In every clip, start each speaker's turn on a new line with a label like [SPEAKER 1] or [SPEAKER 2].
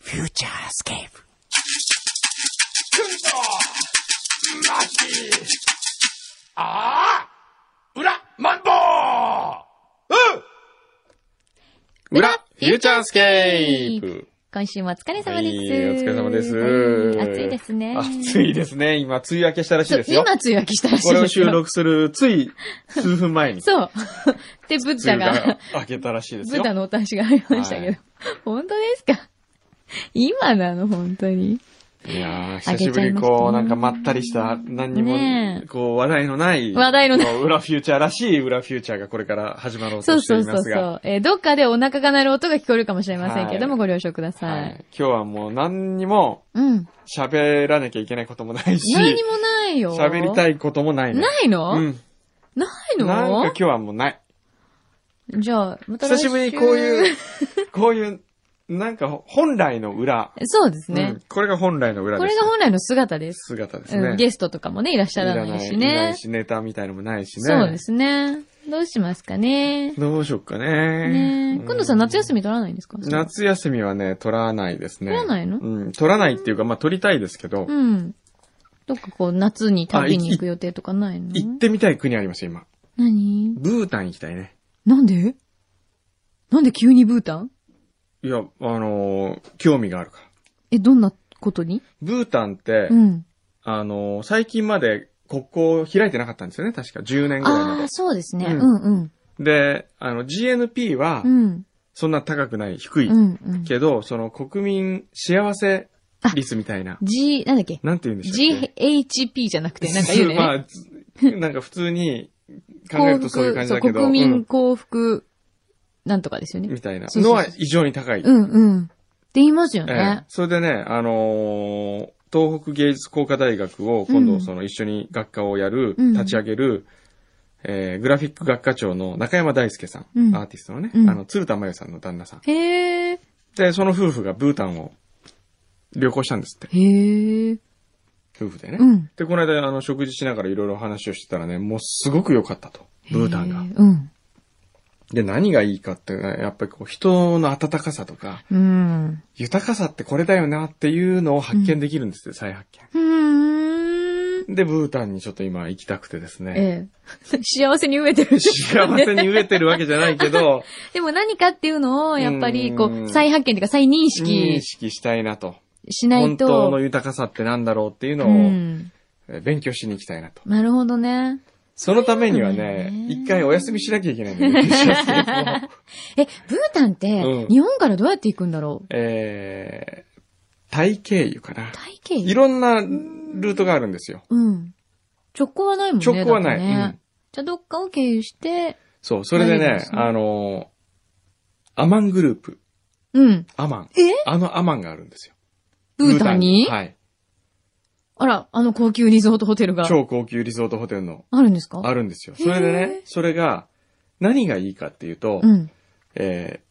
[SPEAKER 1] フューチャースケープ。
[SPEAKER 2] くんの巻ああ裏マンボウ
[SPEAKER 1] 裏、フューチャースケープ。
[SPEAKER 3] 今週もお疲れ様です。
[SPEAKER 1] はいお疲れ様です
[SPEAKER 3] はい暑いですね。
[SPEAKER 1] 暑いですね。今、梅雨明けしたらしい
[SPEAKER 3] そう
[SPEAKER 1] ですよ。
[SPEAKER 3] 今梅雨明けしたらしい
[SPEAKER 1] これを
[SPEAKER 3] ですよ
[SPEAKER 1] 収録する、つい数分前に。
[SPEAKER 3] そう。 で、ブッ
[SPEAKER 1] 梅
[SPEAKER 3] ダ
[SPEAKER 1] 雨が
[SPEAKER 3] が、
[SPEAKER 1] 明けたらしいです
[SPEAKER 3] ブ
[SPEAKER 1] よ
[SPEAKER 3] ッ。ダのお達しがありましたけど。
[SPEAKER 1] はい
[SPEAKER 3] 本当ですか今なの、本当に。
[SPEAKER 1] いやー、
[SPEAKER 3] 明
[SPEAKER 1] 久
[SPEAKER 3] けち
[SPEAKER 1] し
[SPEAKER 3] ゃいましたね
[SPEAKER 1] ぶりこう、なんかまったりした、何にも
[SPEAKER 3] ねえ、
[SPEAKER 1] こう、話題のない、
[SPEAKER 3] 話題のない
[SPEAKER 1] こう裏フューチャーらしい裏フューチャーがこれから始まろう
[SPEAKER 3] そ
[SPEAKER 1] と
[SPEAKER 3] う
[SPEAKER 1] して
[SPEAKER 3] そう
[SPEAKER 1] い
[SPEAKER 3] そ
[SPEAKER 1] ま
[SPEAKER 3] う
[SPEAKER 1] す
[SPEAKER 3] そ
[SPEAKER 1] が。
[SPEAKER 3] う。えーどっかでお腹が鳴る音が聞こえるかもしれませんけども、
[SPEAKER 1] はい
[SPEAKER 3] ご了承ください。
[SPEAKER 1] はい今日はもう何にも
[SPEAKER 3] うん。
[SPEAKER 1] 喋らなきゃいけないこともないし、
[SPEAKER 3] 何もないよ。
[SPEAKER 1] 喋りたいこともないの
[SPEAKER 3] ないの、
[SPEAKER 1] うん。
[SPEAKER 3] ない
[SPEAKER 1] なんか
[SPEAKER 3] の
[SPEAKER 1] 今日はもうない。
[SPEAKER 3] じゃあ、また来
[SPEAKER 1] 久
[SPEAKER 3] 週
[SPEAKER 1] しぶりにこういう、こういう、なんか本来の裏。
[SPEAKER 3] そうです
[SPEAKER 1] う
[SPEAKER 3] ね
[SPEAKER 1] ん。これが本来の裏です。
[SPEAKER 3] これが本来の姿です。
[SPEAKER 1] 姿です
[SPEAKER 3] う
[SPEAKER 1] ね。
[SPEAKER 3] ん、ゲストとかもね、いらっしゃらないし
[SPEAKER 1] いらな
[SPEAKER 3] ね
[SPEAKER 1] い。し、ネタみたいのもないしね。
[SPEAKER 3] そうですね。どうしますかね。
[SPEAKER 1] どうしよっかね。
[SPEAKER 3] ね今度さ、夏休
[SPEAKER 1] み
[SPEAKER 3] み取らないんですか
[SPEAKER 1] 夏休みはね、取らないですね。
[SPEAKER 3] 取らないの
[SPEAKER 1] うん、取らないっていうか、まあ取りたいですけど、
[SPEAKER 3] うん。どっかこう、夏に旅に行く予定とかないの
[SPEAKER 1] 行ってみたい国ありますよ、今。
[SPEAKER 3] 何
[SPEAKER 1] ブータン行きたいね。
[SPEAKER 3] なんでなんで急にブータン
[SPEAKER 1] いや、あのー興味があるから。
[SPEAKER 3] え、どんなことに
[SPEAKER 1] ブータンって、
[SPEAKER 3] うん。
[SPEAKER 1] あのー最近まで国交を開いてなかったんですよね、確か。10年ぐらいま
[SPEAKER 3] ああ、そうですね。
[SPEAKER 1] う
[SPEAKER 3] うんんう
[SPEAKER 1] で。
[SPEAKER 3] ん。
[SPEAKER 1] で、あの、GNP は
[SPEAKER 3] う、ん。
[SPEAKER 1] そんな高くない、低い。
[SPEAKER 3] うんうん。
[SPEAKER 1] けど、その国民幸せ率みたいな。
[SPEAKER 3] G、なんだっけ
[SPEAKER 1] なんて言うんでしたっけ
[SPEAKER 3] ?GHP じゃなくて、なんか言う ね。
[SPEAKER 1] まあ、なんか普通に考えるとそういう感じだけど、
[SPEAKER 3] そう国
[SPEAKER 1] う
[SPEAKER 3] 民
[SPEAKER 1] ん
[SPEAKER 3] 幸福、なんとかですよね。
[SPEAKER 1] みたいな
[SPEAKER 3] そうそ
[SPEAKER 1] の
[SPEAKER 3] うそう
[SPEAKER 1] は異常に高い。
[SPEAKER 3] うんうん。って言いますよ
[SPEAKER 1] ええ
[SPEAKER 3] ね。
[SPEAKER 1] それでね、あのー東北芸術工科大学を今
[SPEAKER 3] う
[SPEAKER 1] 度
[SPEAKER 3] ん
[SPEAKER 1] その一緒に学科をやる、
[SPEAKER 3] うん
[SPEAKER 1] 立ち上げる、えーグラフィック学科長の中山大輔さん、
[SPEAKER 3] うん
[SPEAKER 1] アーティストのね、
[SPEAKER 3] うん
[SPEAKER 1] あの、鶴田真由さんの旦那さん。
[SPEAKER 3] へえ。
[SPEAKER 1] で、その夫婦がブータンを旅行したんですって。
[SPEAKER 3] へえ。
[SPEAKER 1] 夫婦でね。
[SPEAKER 3] うん。
[SPEAKER 1] で、この間、あの、食事しながらいろいろ話をしてたらね、もうすごく良かったと。ブータンが
[SPEAKER 3] へ。うん。
[SPEAKER 1] で、何がいいかって、やっぱりこう、人の温かさとか、
[SPEAKER 3] うん。
[SPEAKER 1] 豊かさってこれだよなっていうのを発見できるんですって、再発
[SPEAKER 3] うーん。
[SPEAKER 1] 見。で、ブータンにちょっと今行きたくてですね。
[SPEAKER 3] ええ。幸せに飢えて る。
[SPEAKER 1] 幸せに飢えてるわけじゃないけど、
[SPEAKER 3] でも何かっていうのを、やっぱり、こ
[SPEAKER 1] うん
[SPEAKER 3] う、再発見というか再認
[SPEAKER 1] 認
[SPEAKER 3] 識
[SPEAKER 1] 識したいなと。
[SPEAKER 3] しない
[SPEAKER 1] 本当の
[SPEAKER 3] と。
[SPEAKER 1] 豊かさってなんだろうっていう
[SPEAKER 3] う
[SPEAKER 1] のを
[SPEAKER 3] ん。
[SPEAKER 1] えー勉強しに行きたいなと。
[SPEAKER 3] なるほどね。
[SPEAKER 1] そのためには
[SPEAKER 3] そう
[SPEAKER 1] ね
[SPEAKER 3] ね、
[SPEAKER 1] 一回お休みしなきゃいけないんだよね一緒にねもう
[SPEAKER 3] え、ブータンって
[SPEAKER 1] うん、
[SPEAKER 3] 日本からどうやって行くんだろう
[SPEAKER 1] えー、タイ経由かな。
[SPEAKER 3] 体
[SPEAKER 1] い
[SPEAKER 3] 型
[SPEAKER 1] ろんなルートがあるんですよ。
[SPEAKER 3] うん。直行はないもんね。
[SPEAKER 1] 直行はない
[SPEAKER 3] だってね
[SPEAKER 1] うん
[SPEAKER 3] じゃあ、どっかを経由して、
[SPEAKER 1] そう、それで
[SPEAKER 3] 何がで
[SPEAKER 1] ね
[SPEAKER 3] す、か
[SPEAKER 1] あのー、アマングループ。
[SPEAKER 3] うん。
[SPEAKER 1] アマン。
[SPEAKER 3] え
[SPEAKER 1] あのアマンがあるんですよ。
[SPEAKER 3] ブータンに
[SPEAKER 1] はい。
[SPEAKER 3] あら、あの高級リゾートホテルが
[SPEAKER 1] 超高級リゾートホテルの、
[SPEAKER 3] あるんですか
[SPEAKER 1] あるんですよ。それでね
[SPEAKER 3] へ、
[SPEAKER 1] それが、何がいいかっていうと、
[SPEAKER 3] うん。
[SPEAKER 1] えー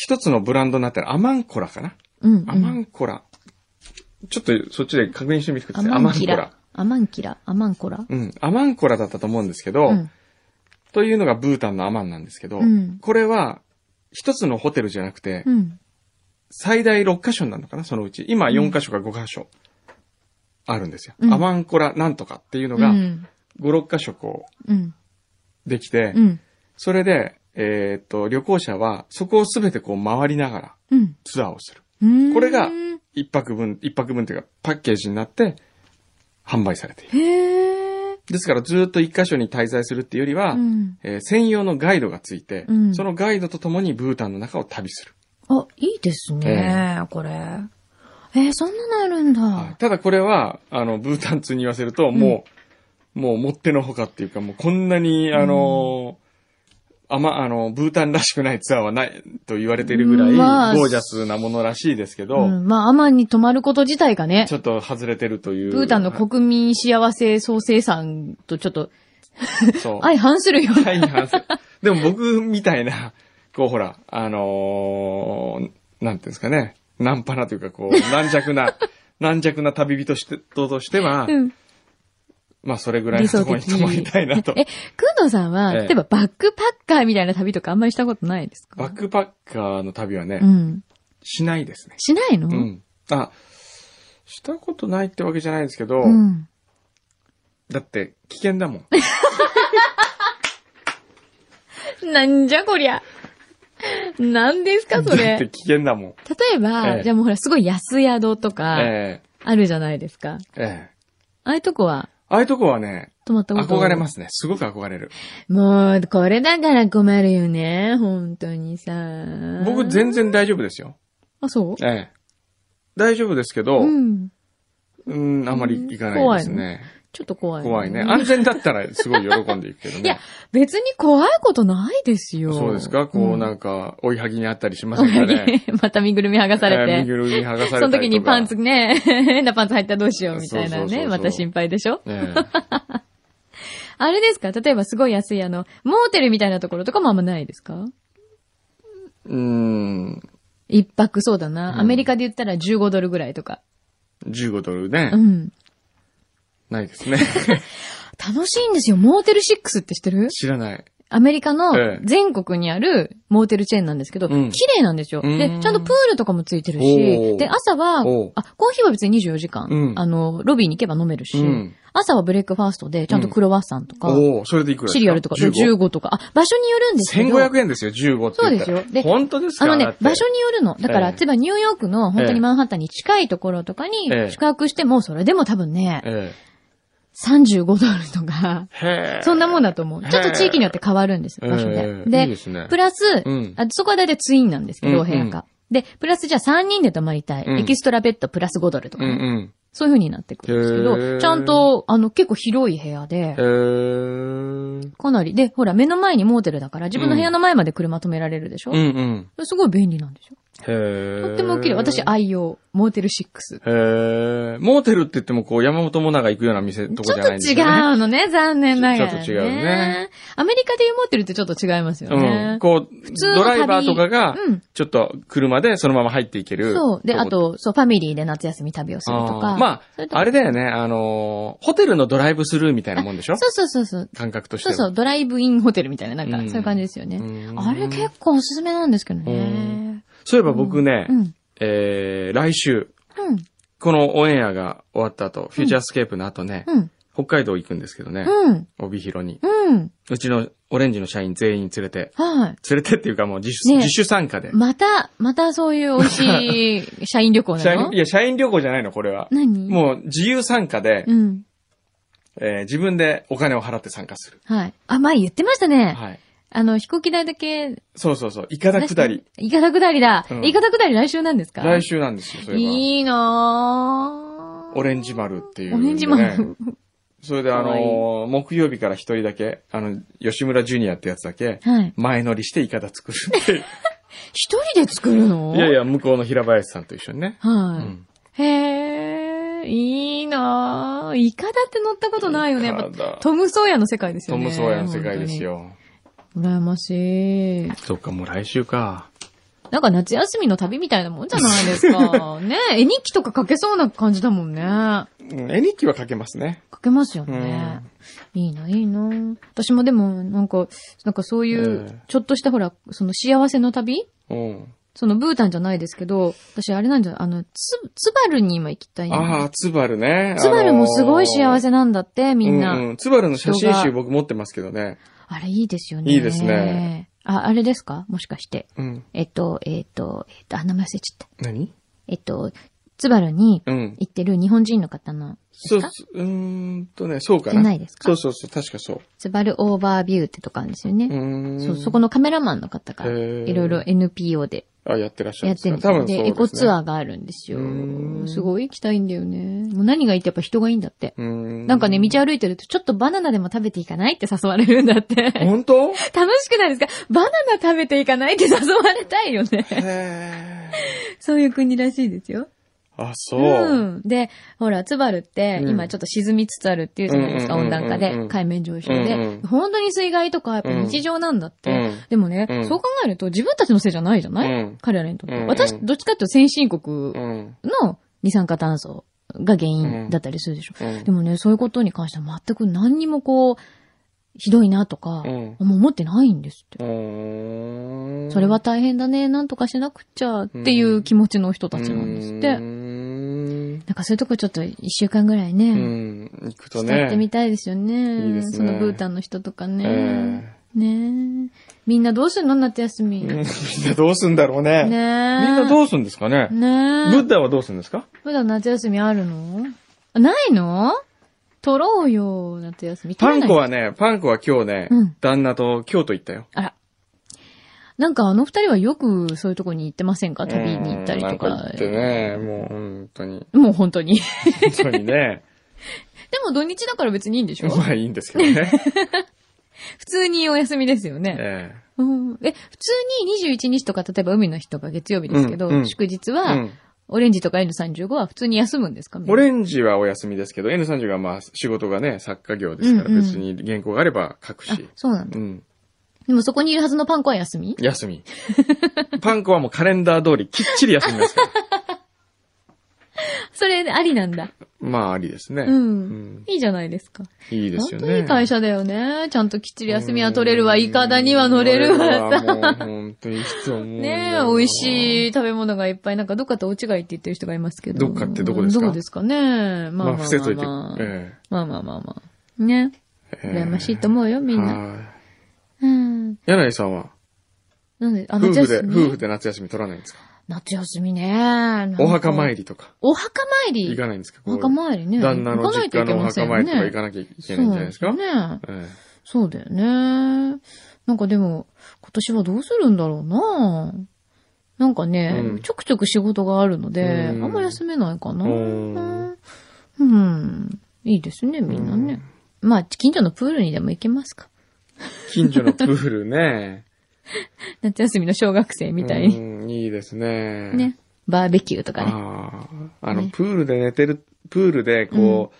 [SPEAKER 1] 一つのブランドになってるアマンコラかな、
[SPEAKER 3] うんうん。
[SPEAKER 1] アマンコラ。ちょっとそっちで確認してみてください。
[SPEAKER 3] ア
[SPEAKER 1] ア
[SPEAKER 3] マ
[SPEAKER 1] マ
[SPEAKER 3] ン
[SPEAKER 1] ン
[SPEAKER 3] キ
[SPEAKER 1] コ
[SPEAKER 3] ラ
[SPEAKER 1] ラ。。
[SPEAKER 3] アマンキラ。アマンコラ。
[SPEAKER 1] うん。アマンコラだったと思うんですけど、
[SPEAKER 3] うん。
[SPEAKER 1] というのがブータンのアマンなんですけど、
[SPEAKER 3] うん
[SPEAKER 1] これは、一つのホテルじゃなくて、
[SPEAKER 3] うん。
[SPEAKER 1] 最大6カ所になるのかなそのうち。今4カ所か5カ所あるんですよ。
[SPEAKER 3] うん
[SPEAKER 1] アマンコラなんとかっていうの
[SPEAKER 3] う
[SPEAKER 1] が、
[SPEAKER 3] ん。
[SPEAKER 1] 5、6カ所こ
[SPEAKER 3] うん。
[SPEAKER 1] う、できて、
[SPEAKER 3] うん。
[SPEAKER 1] それで、えーっと、旅行者は、そこをすべてこう回りながら
[SPEAKER 3] うん
[SPEAKER 1] ツアーをする。
[SPEAKER 3] うん。
[SPEAKER 1] これが
[SPEAKER 3] へ
[SPEAKER 1] 一泊分、一泊分というか、パッケージになって、販売されている。
[SPEAKER 3] ー。
[SPEAKER 1] ですから、ずーっと一箇所に滞在するっていうよりは、
[SPEAKER 3] うん。
[SPEAKER 1] えー専用のガイドがついて、
[SPEAKER 3] うん
[SPEAKER 1] そのガイドと共にブータンの中を旅する。
[SPEAKER 3] あ、いいですね、これ。えー、そんなのあるん
[SPEAKER 1] はい
[SPEAKER 3] だ。
[SPEAKER 1] ただこれは、あの、ブータン通に言わせると、もう、もうもってのほかっていうか、もうこんなに、あの、あま、あの、ブータンらしくないツアーはないと言われているぐらい、
[SPEAKER 3] まあ
[SPEAKER 1] ゴージャスなものらしいですけど、
[SPEAKER 3] うん。まあ、アマンに泊まること自体がね、
[SPEAKER 1] ちょっと外れてるという。
[SPEAKER 3] ブータンの国民幸せ総生産とちょっと
[SPEAKER 1] そう。
[SPEAKER 3] 相反するような。
[SPEAKER 1] はい反省でも僕みたいな、こうほら、あのーなんていうんですかね、ナンパなというかこ う、軟弱な、軟弱な旅人して人としては、
[SPEAKER 3] うん
[SPEAKER 1] まあそれぐらいのところに泊まりたいなと。
[SPEAKER 3] え、くんのさんは、
[SPEAKER 1] ええ
[SPEAKER 3] 例えばバックパッカーみたいな旅とかあんまりしたことないですか
[SPEAKER 1] バックパッカーの旅はね、
[SPEAKER 3] うん。
[SPEAKER 1] しないですね。
[SPEAKER 3] しないの、
[SPEAKER 1] うん。あ、したことないってわけじゃないですけど、
[SPEAKER 3] うん
[SPEAKER 1] だって危険だもん。
[SPEAKER 3] なんじゃこりゃ。なんですか、そ
[SPEAKER 1] だっ
[SPEAKER 3] れ。
[SPEAKER 1] て
[SPEAKER 3] 例
[SPEAKER 1] 危険だもん。
[SPEAKER 3] えば、
[SPEAKER 1] ええ
[SPEAKER 3] じゃあもうほら、すごい安宿とか、
[SPEAKER 1] え
[SPEAKER 3] あるじゃないですか。
[SPEAKER 1] えええ
[SPEAKER 3] ああいうとこは、
[SPEAKER 1] ああいうとこはね、
[SPEAKER 3] 泊まったこと。
[SPEAKER 1] 憧れますすね。すごく憧れる。
[SPEAKER 3] もう、これだから困るよね。本当にさ。
[SPEAKER 1] 僕全。然大丈夫ですよ。
[SPEAKER 3] あ、そう
[SPEAKER 1] ええ。大丈夫ですけど、う、
[SPEAKER 3] うんん。
[SPEAKER 1] あんまり行かないですね。
[SPEAKER 3] ちょっと怖い、
[SPEAKER 1] 怖いね。安全だったらすごい喜んでいくけどね。
[SPEAKER 3] いや別に怖いことないですよ。
[SPEAKER 1] そうですかこうなん
[SPEAKER 3] か、
[SPEAKER 1] んか、追いはぎにあったりしませんかね。
[SPEAKER 3] また身ぐるみ剥がされて。
[SPEAKER 1] ええ身ぐるみ剥がされたりとか。
[SPEAKER 3] その時にパンツね、 変なパンツ入ったらどうしようみたいな
[SPEAKER 1] そうそうそうそ
[SPEAKER 3] ね、
[SPEAKER 1] う
[SPEAKER 3] また心配でしょ
[SPEAKER 1] え
[SPEAKER 3] あれですか例えばすごい安いあの、モーテルみたいなところとかもあんまないですか
[SPEAKER 1] え。うーん。
[SPEAKER 3] 一泊そうだな、
[SPEAKER 1] うん
[SPEAKER 3] アメリカで言ったら15ドルぐらいとか。
[SPEAKER 1] 15ドルね
[SPEAKER 3] う。ん。
[SPEAKER 1] ないです ね。
[SPEAKER 3] 楽しいんですよ。モーテル6って知ってる
[SPEAKER 1] 知らない。
[SPEAKER 3] アメリカの
[SPEAKER 1] ええ
[SPEAKER 3] 全国にあるモーテルチェーンなんですけど、
[SPEAKER 1] うん
[SPEAKER 3] 綺麗なんですよ。
[SPEAKER 1] う
[SPEAKER 3] で
[SPEAKER 1] ん、
[SPEAKER 3] ちゃんとプールとかもついてる
[SPEAKER 1] お
[SPEAKER 3] し、
[SPEAKER 1] ー
[SPEAKER 3] で、朝は
[SPEAKER 1] おう、
[SPEAKER 3] あ、コーヒーは別に24時間、
[SPEAKER 1] うん
[SPEAKER 3] あの、ロビーに行けば飲めるし、
[SPEAKER 1] うん
[SPEAKER 3] 朝はブレックファーストで、ちゃんとクロワッサンとか、
[SPEAKER 1] おおそれでいくらですか
[SPEAKER 3] シリアルとか、
[SPEAKER 1] 15
[SPEAKER 3] 15とか。あ、場所によるんですけど。
[SPEAKER 1] 1500円ですよ、15って言ったら。
[SPEAKER 3] そうですよで
[SPEAKER 1] 本当ですか
[SPEAKER 3] あの
[SPEAKER 1] だっ
[SPEAKER 3] ね、
[SPEAKER 1] て
[SPEAKER 3] 場所によるの。だから、
[SPEAKER 1] ええ
[SPEAKER 3] 例えばニューヨークの本当にマンハッタンに近いところとかに
[SPEAKER 1] ええ
[SPEAKER 3] 宿泊しても、それでも多分ね、
[SPEAKER 1] え
[SPEAKER 3] 35ドルとか、
[SPEAKER 1] え。へえ。
[SPEAKER 3] そんなもんだと思う。
[SPEAKER 1] え
[SPEAKER 3] ちょっと地域によって変わるんです、
[SPEAKER 1] ええ
[SPEAKER 3] 場所
[SPEAKER 1] え
[SPEAKER 3] で。
[SPEAKER 1] えいい
[SPEAKER 3] で
[SPEAKER 1] で、すね。
[SPEAKER 3] プラス
[SPEAKER 1] うん、
[SPEAKER 3] あそこは大体ツインなんですけ
[SPEAKER 1] うん
[SPEAKER 3] ど、
[SPEAKER 1] う
[SPEAKER 3] お
[SPEAKER 1] ん
[SPEAKER 3] 部屋が。で、プラスじゃあ3人で泊まりたい。
[SPEAKER 1] うん
[SPEAKER 3] エキストラベッドプラス5ドルと
[SPEAKER 1] う
[SPEAKER 3] か
[SPEAKER 1] ん
[SPEAKER 3] ね、
[SPEAKER 1] うん。
[SPEAKER 3] そういう風になってくるんですけ
[SPEAKER 1] へえ
[SPEAKER 3] ど、ちゃんと、あの、結構広い部屋で、
[SPEAKER 1] へえ。
[SPEAKER 3] かなり。で、ほら、目の前にモーテルだから、自分の部屋の前まで車止められるでしょ、
[SPEAKER 1] うんうん。
[SPEAKER 3] すごい便利なんですよ。
[SPEAKER 1] へえ。
[SPEAKER 3] とっても綺麗。私
[SPEAKER 1] へ
[SPEAKER 3] 愛用、モーテル6。
[SPEAKER 1] え。モーテルって言っても、こう、山本もなが行くような店、とこ
[SPEAKER 3] ちょ
[SPEAKER 1] じゃ
[SPEAKER 3] っと
[SPEAKER 1] ないんです
[SPEAKER 3] 違
[SPEAKER 1] よね。
[SPEAKER 3] うのね、残念ながら、ね。
[SPEAKER 1] ちょっと違うね。
[SPEAKER 3] アメリカでいうモーテルってちょっと違いますよね。
[SPEAKER 1] うん。こう、
[SPEAKER 3] 通の
[SPEAKER 1] ド
[SPEAKER 3] 旅
[SPEAKER 1] ライバーとかが、
[SPEAKER 3] うん
[SPEAKER 1] ちょっと車でそのまま入っていける。
[SPEAKER 3] そう。で、
[SPEAKER 1] こ
[SPEAKER 3] あと、そう、ファミリーで夏休み旅をすると
[SPEAKER 1] あ
[SPEAKER 3] か。
[SPEAKER 1] ーま
[SPEAKER 3] そと
[SPEAKER 1] あ、あれだよね、あのー、ホテルのドライブスルーみたいなもんでしょ
[SPEAKER 3] そうそうそうそう。
[SPEAKER 1] 感覚として
[SPEAKER 3] そう
[SPEAKER 1] は。
[SPEAKER 3] そう、ドライブインホテルみたいな、なんか、
[SPEAKER 1] うん
[SPEAKER 3] そういう感じですよね。
[SPEAKER 1] うん
[SPEAKER 3] あれ結構おすすめなんですけど
[SPEAKER 1] う
[SPEAKER 3] ね
[SPEAKER 1] ん。そういえば僕ね、
[SPEAKER 3] うん。
[SPEAKER 1] えー、来週、
[SPEAKER 3] うん。
[SPEAKER 1] このオンエアが終わった後、フューチャースケープの後ね、
[SPEAKER 3] うん。
[SPEAKER 1] 北海道行くんですけどね、
[SPEAKER 3] うん。
[SPEAKER 1] 帯広に。
[SPEAKER 3] うん。
[SPEAKER 1] うちのオレンジの社員全員連れて、
[SPEAKER 3] はい。
[SPEAKER 1] 連れてっていうかもう自主,、
[SPEAKER 3] ねえ
[SPEAKER 1] 自主参加で。
[SPEAKER 3] また、またそういう美味し い社員旅行
[SPEAKER 1] 社
[SPEAKER 3] な
[SPEAKER 1] 員
[SPEAKER 3] の
[SPEAKER 1] いや、社員旅行じゃないの、これは。
[SPEAKER 3] 何
[SPEAKER 1] もう自由参加で、
[SPEAKER 3] うん。
[SPEAKER 1] えー自分でお金を払って参加する。
[SPEAKER 3] はい。あ、前言ってましたね。
[SPEAKER 1] はい。
[SPEAKER 3] あの、飛行機代だけ。
[SPEAKER 1] そうそうそう。イカダ下り。。
[SPEAKER 3] いかだ下りだ。
[SPEAKER 1] うん
[SPEAKER 3] いかだ下り来週なんですか
[SPEAKER 1] 来週なんですよ、それは。
[SPEAKER 3] いいなぁ
[SPEAKER 1] オレンジ丸っていう、
[SPEAKER 3] オレンジマン。
[SPEAKER 1] それであ
[SPEAKER 3] かわいい
[SPEAKER 1] の、木曜日から一人だけ、あの、吉村ジュニアってやつだけ、
[SPEAKER 3] はい。
[SPEAKER 1] 前乗りしてイカダ作るって いう。
[SPEAKER 3] 一人で作るの
[SPEAKER 1] いやい。や、向こうの平林さんと一緒にね。う
[SPEAKER 3] は
[SPEAKER 1] ん。
[SPEAKER 3] い。へー、いいなぁイカだって乗ったことないよね。やっ
[SPEAKER 1] イカ
[SPEAKER 3] ぱ
[SPEAKER 1] ダ
[SPEAKER 3] トム・ソーヤの世界ですよ
[SPEAKER 1] ト
[SPEAKER 3] ね。
[SPEAKER 1] ム・ソーヤの世界ですよ。
[SPEAKER 3] 本当に。羨ましい。
[SPEAKER 1] そっか、もう来週か。
[SPEAKER 3] なんか夏休みの旅みたいなもんじゃないです か。ねえ、絵日記とか書けそうな感じだもんね。
[SPEAKER 1] うん絵日記は書けますね。
[SPEAKER 3] 書けますよね。いいな、いいな。私もでも、なんか、なんかそういう、
[SPEAKER 1] ええ
[SPEAKER 3] ちょっとしたほら、その幸せの旅
[SPEAKER 1] うん。
[SPEAKER 3] そのブータンじゃないですけど、私あれなんじゃないあの、つ、つばるに今行きたい
[SPEAKER 1] あ
[SPEAKER 3] な。
[SPEAKER 1] あ、ツバルね。
[SPEAKER 3] つばるもすごい幸
[SPEAKER 1] せ、
[SPEAKER 3] せなんだって、みんな。
[SPEAKER 1] うんうん。ツバルの写真
[SPEAKER 3] 人
[SPEAKER 1] 集
[SPEAKER 3] が
[SPEAKER 1] 僕持ってますけどね。
[SPEAKER 3] あれいいですよね。
[SPEAKER 1] いいですね。
[SPEAKER 3] あ、あれですかもしかして。
[SPEAKER 1] うん。
[SPEAKER 3] えっと、えっと、えっと、あ、名前忘れちゃった。
[SPEAKER 1] 何
[SPEAKER 3] えっと、つばるに
[SPEAKER 1] うん。
[SPEAKER 3] 行ってる日本人の方の、
[SPEAKER 1] そう、う
[SPEAKER 3] です
[SPEAKER 1] ーんとね、そうか
[SPEAKER 3] じゃ
[SPEAKER 1] な。
[SPEAKER 3] ないですか
[SPEAKER 1] そうそうそう、確かそう。
[SPEAKER 3] つばるオーバービューってとこあるんですよ
[SPEAKER 1] う
[SPEAKER 3] ね。
[SPEAKER 1] ーん。
[SPEAKER 3] そう、そこのカメラマンの方が、
[SPEAKER 1] へー
[SPEAKER 3] いろいろ NPO で
[SPEAKER 1] あ、やってらっしゃるん
[SPEAKER 3] やっ
[SPEAKER 1] です
[SPEAKER 3] て
[SPEAKER 1] か
[SPEAKER 3] るんですよ
[SPEAKER 1] 多分そうです、ね。
[SPEAKER 3] エコツ
[SPEAKER 1] ー。
[SPEAKER 3] アーがあるんですよ
[SPEAKER 1] うー。ん
[SPEAKER 3] すごい行きたいんだよね。もう何がいいってやっぱ人がいいんだって。
[SPEAKER 1] うーん。
[SPEAKER 3] なんかね、道歩いてると、ちょっとバナナでも食べていかないって誘われるんだって。楽
[SPEAKER 1] 本 当
[SPEAKER 3] しくないですかバナナ食べていかないって誘われたいよ ね。
[SPEAKER 1] へー
[SPEAKER 3] そういう国らしいですよ。
[SPEAKER 1] あ、そう。
[SPEAKER 3] うん。で、ほら、ツバルって、
[SPEAKER 1] うん
[SPEAKER 3] 今ちょっと沈みつつあるっていうじゃないですか、
[SPEAKER 1] うんうん
[SPEAKER 3] 温
[SPEAKER 1] うんうん
[SPEAKER 3] 暖化で、海面上昇
[SPEAKER 1] うん
[SPEAKER 3] で
[SPEAKER 1] う。ん
[SPEAKER 3] 本当に水害とか、やっぱ日常なんだっ
[SPEAKER 1] う
[SPEAKER 3] て
[SPEAKER 1] ん。
[SPEAKER 3] でもね
[SPEAKER 1] う、ん
[SPEAKER 3] そう考えると自分たちのせいじゃないじゃな
[SPEAKER 1] う
[SPEAKER 3] い
[SPEAKER 1] ん
[SPEAKER 3] 彼らにとっ
[SPEAKER 1] うんう
[SPEAKER 3] て。
[SPEAKER 1] ん
[SPEAKER 3] 私、どっちかっていうと先進国
[SPEAKER 1] うん。
[SPEAKER 3] の二酸化炭素が原因だったりするでしょ。
[SPEAKER 1] うん
[SPEAKER 3] でもね、そういうことに関しては全く何にもこう、ひどいなとか、
[SPEAKER 1] うん
[SPEAKER 3] あもう思ってないんですって。
[SPEAKER 1] うん。
[SPEAKER 3] それは大変だね、なんとかしなくちゃっていう気持ちの人たちなんですって。
[SPEAKER 1] うーん。
[SPEAKER 3] なんかそういうとこちょっと一週間ぐらいうね、
[SPEAKER 1] ん。行くと
[SPEAKER 3] 使
[SPEAKER 1] ね。
[SPEAKER 3] ってみたいですよね。
[SPEAKER 1] いいですね
[SPEAKER 3] そのブータンの人とかね。
[SPEAKER 1] え
[SPEAKER 3] ねえみんなどうするの夏休み。
[SPEAKER 1] え
[SPEAKER 3] ね
[SPEAKER 1] みんなどうすんだろうね。
[SPEAKER 3] え。みん
[SPEAKER 1] みんな
[SPEAKER 3] う
[SPEAKER 1] どうすんですかね。ブ
[SPEAKER 3] ねえ
[SPEAKER 1] ッ。ダはどうするんですか
[SPEAKER 3] 普段夏休みあるのあないの取ろうよ、夏休み。
[SPEAKER 1] パンコ
[SPEAKER 3] は
[SPEAKER 1] はね、パンコは今日ね、
[SPEAKER 3] うん
[SPEAKER 1] 旦那と京都行ったよ。
[SPEAKER 3] あら。なんかあの二人はよくそういうとこに行ってませんか旅に行ったりと
[SPEAKER 1] うんなん
[SPEAKER 3] か
[SPEAKER 1] 行。ってね、もう本当に、
[SPEAKER 3] もう本当に。
[SPEAKER 1] 本当にね、
[SPEAKER 3] でも土日だから別にいいんでしょ
[SPEAKER 1] まあいいんですけど ね。
[SPEAKER 3] 普通にお休みですよね。
[SPEAKER 1] え
[SPEAKER 3] うん、え、普通に21日とか、例えば海の日とか月曜日ですけど、
[SPEAKER 1] うんうん
[SPEAKER 3] 祝日
[SPEAKER 1] え
[SPEAKER 3] は、
[SPEAKER 1] うん
[SPEAKER 3] オレンジとか N35 は普通に休むんですかみんな
[SPEAKER 1] オレンジはお休みですけど、N30 がまあ仕事がね、作家業ですから、
[SPEAKER 3] うんうん
[SPEAKER 1] 別に原稿があれば書く
[SPEAKER 3] あ
[SPEAKER 1] し。
[SPEAKER 3] そうなんだ。
[SPEAKER 1] うん。
[SPEAKER 3] でもそこにいるはずのパンコは休み
[SPEAKER 1] 休み。 パンコはもうカレンダー通りきっちり休みますから。
[SPEAKER 3] それありなんだ。
[SPEAKER 1] まあありですね。
[SPEAKER 3] うん
[SPEAKER 1] うん
[SPEAKER 3] いいじゃないですか。
[SPEAKER 1] いいですよね。
[SPEAKER 3] 本当にいい会社だよね。ちゃんときっちり休みは取れるわ、イカダには乗れるわさ。
[SPEAKER 1] さ。本当にいつも思うよ。
[SPEAKER 3] ねえ、美味
[SPEAKER 1] い。
[SPEAKER 3] しい食べ物がいっぱい、なんかどっかと大違いって言ってる人がいますけど。
[SPEAKER 1] どっかってどこですか
[SPEAKER 3] どこですかね。まあま
[SPEAKER 1] ま
[SPEAKER 3] あ
[SPEAKER 1] あ、
[SPEAKER 3] ま
[SPEAKER 1] 伏
[SPEAKER 3] あ
[SPEAKER 1] せといて。
[SPEAKER 3] まあ、
[SPEAKER 1] え
[SPEAKER 3] まあまあまあまあ。ね。
[SPEAKER 1] え
[SPEAKER 3] 羨ましいと思うよ、みんな。
[SPEAKER 1] な。
[SPEAKER 3] うん。
[SPEAKER 1] 柳井さんは、
[SPEAKER 3] なんで、あ、
[SPEAKER 1] 夫
[SPEAKER 3] 夏
[SPEAKER 1] 婦で、
[SPEAKER 3] 休み。
[SPEAKER 1] 夫婦で夏休み取らないんですか
[SPEAKER 3] 夏休みね。なんか
[SPEAKER 1] お墓参。りとか、
[SPEAKER 3] お墓参
[SPEAKER 1] 行
[SPEAKER 3] り。
[SPEAKER 1] かないんですか
[SPEAKER 3] お墓
[SPEAKER 1] り。
[SPEAKER 3] 参りね。
[SPEAKER 1] 旦那の実家のお墓参りとか行か
[SPEAKER 3] な
[SPEAKER 1] なきゃいけないんじゃないですか
[SPEAKER 3] そうね。
[SPEAKER 1] ええ
[SPEAKER 3] そうだよね。なんかでも、今年はどうするんだろうななんかね、
[SPEAKER 1] うん
[SPEAKER 3] ちょくちょく仕事があるので、
[SPEAKER 1] うん
[SPEAKER 3] あんま休めないかな。
[SPEAKER 1] う
[SPEAKER 3] うん
[SPEAKER 1] ん
[SPEAKER 3] いいですね、みんなね。まあ、近所のプールにでも行けますか。
[SPEAKER 1] 近所のプールね。
[SPEAKER 3] 夏休みの小学 生みたいに。
[SPEAKER 1] うんいいですね。
[SPEAKER 3] ね。バーベキューとかね。
[SPEAKER 1] ああ。あの、
[SPEAKER 3] ね
[SPEAKER 1] プールで寝てる、プールで、こう、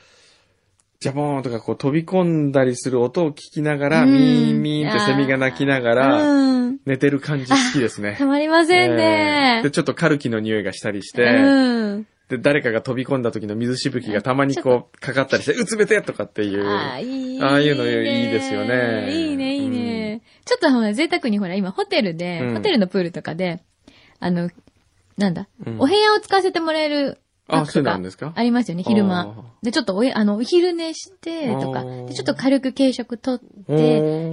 [SPEAKER 1] ジャボーンとかこう飛び込んだりする音を聞きながら、
[SPEAKER 3] うん
[SPEAKER 1] ミーンミーンってセミが鳴きながら、
[SPEAKER 3] うん。
[SPEAKER 1] 寝てる感じ好きですね
[SPEAKER 3] た。まりません
[SPEAKER 1] えー
[SPEAKER 3] ね
[SPEAKER 1] で、。ちょっとカルキの匂いがしたりして、
[SPEAKER 3] うん。
[SPEAKER 1] で、誰かが飛び込んだ時の水しぶきがたまにこう、かかったりして、うつめてとかっていう。
[SPEAKER 3] ああ、いい。
[SPEAKER 1] ああいうの
[SPEAKER 3] ね
[SPEAKER 1] いいですよね
[SPEAKER 3] いいね、いいね。ちょっとほら、贅沢にほら、今ホテルで、
[SPEAKER 1] うん
[SPEAKER 3] ホテルのプールとかで、あの、なんだ、
[SPEAKER 1] うん
[SPEAKER 3] お部屋を使わせてもらえる
[SPEAKER 1] あ、
[SPEAKER 3] 額
[SPEAKER 1] そう
[SPEAKER 3] と
[SPEAKER 1] な
[SPEAKER 3] か
[SPEAKER 1] んですか
[SPEAKER 3] ありますよね、昼
[SPEAKER 1] あー
[SPEAKER 3] 間。で、ちょっとおや、あの、お昼寝して、とか、
[SPEAKER 1] あー
[SPEAKER 3] で、ちょっと軽く軽食とって、
[SPEAKER 1] お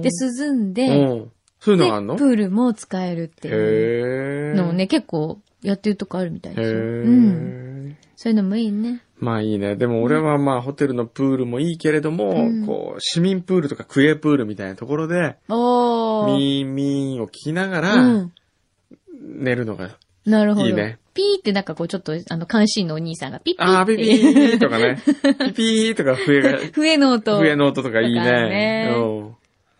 [SPEAKER 1] ー
[SPEAKER 3] で、涼ん
[SPEAKER 1] う
[SPEAKER 3] で、
[SPEAKER 1] んそういう
[SPEAKER 3] で、プ
[SPEAKER 1] のがあんの
[SPEAKER 3] ールも使えるっていう
[SPEAKER 1] へー
[SPEAKER 3] のをね、結構やってるとこあるみたい
[SPEAKER 1] へ
[SPEAKER 3] ですよ。
[SPEAKER 1] ー
[SPEAKER 3] うん。そういうのもいいね。
[SPEAKER 1] まあいいね。でも俺はまあホテルのプールもいいけれども、
[SPEAKER 3] うん
[SPEAKER 1] こう、市民プールとかクエプールみたいなところで、
[SPEAKER 3] おー。
[SPEAKER 1] ミーンミーンを聞きなが
[SPEAKER 3] う
[SPEAKER 1] ら
[SPEAKER 3] ん。
[SPEAKER 1] 寝るのが、
[SPEAKER 3] なるほど。
[SPEAKER 1] いいね
[SPEAKER 3] ピーってなんかこうちょっと、あの、監視員のお兄さんがピッピ
[SPEAKER 1] あー
[SPEAKER 3] ッって
[SPEAKER 1] ピピーとか ね、ピピーとか笛が、
[SPEAKER 3] 笛の音。
[SPEAKER 1] 笛の音とかいい
[SPEAKER 3] とかね
[SPEAKER 1] ね。うん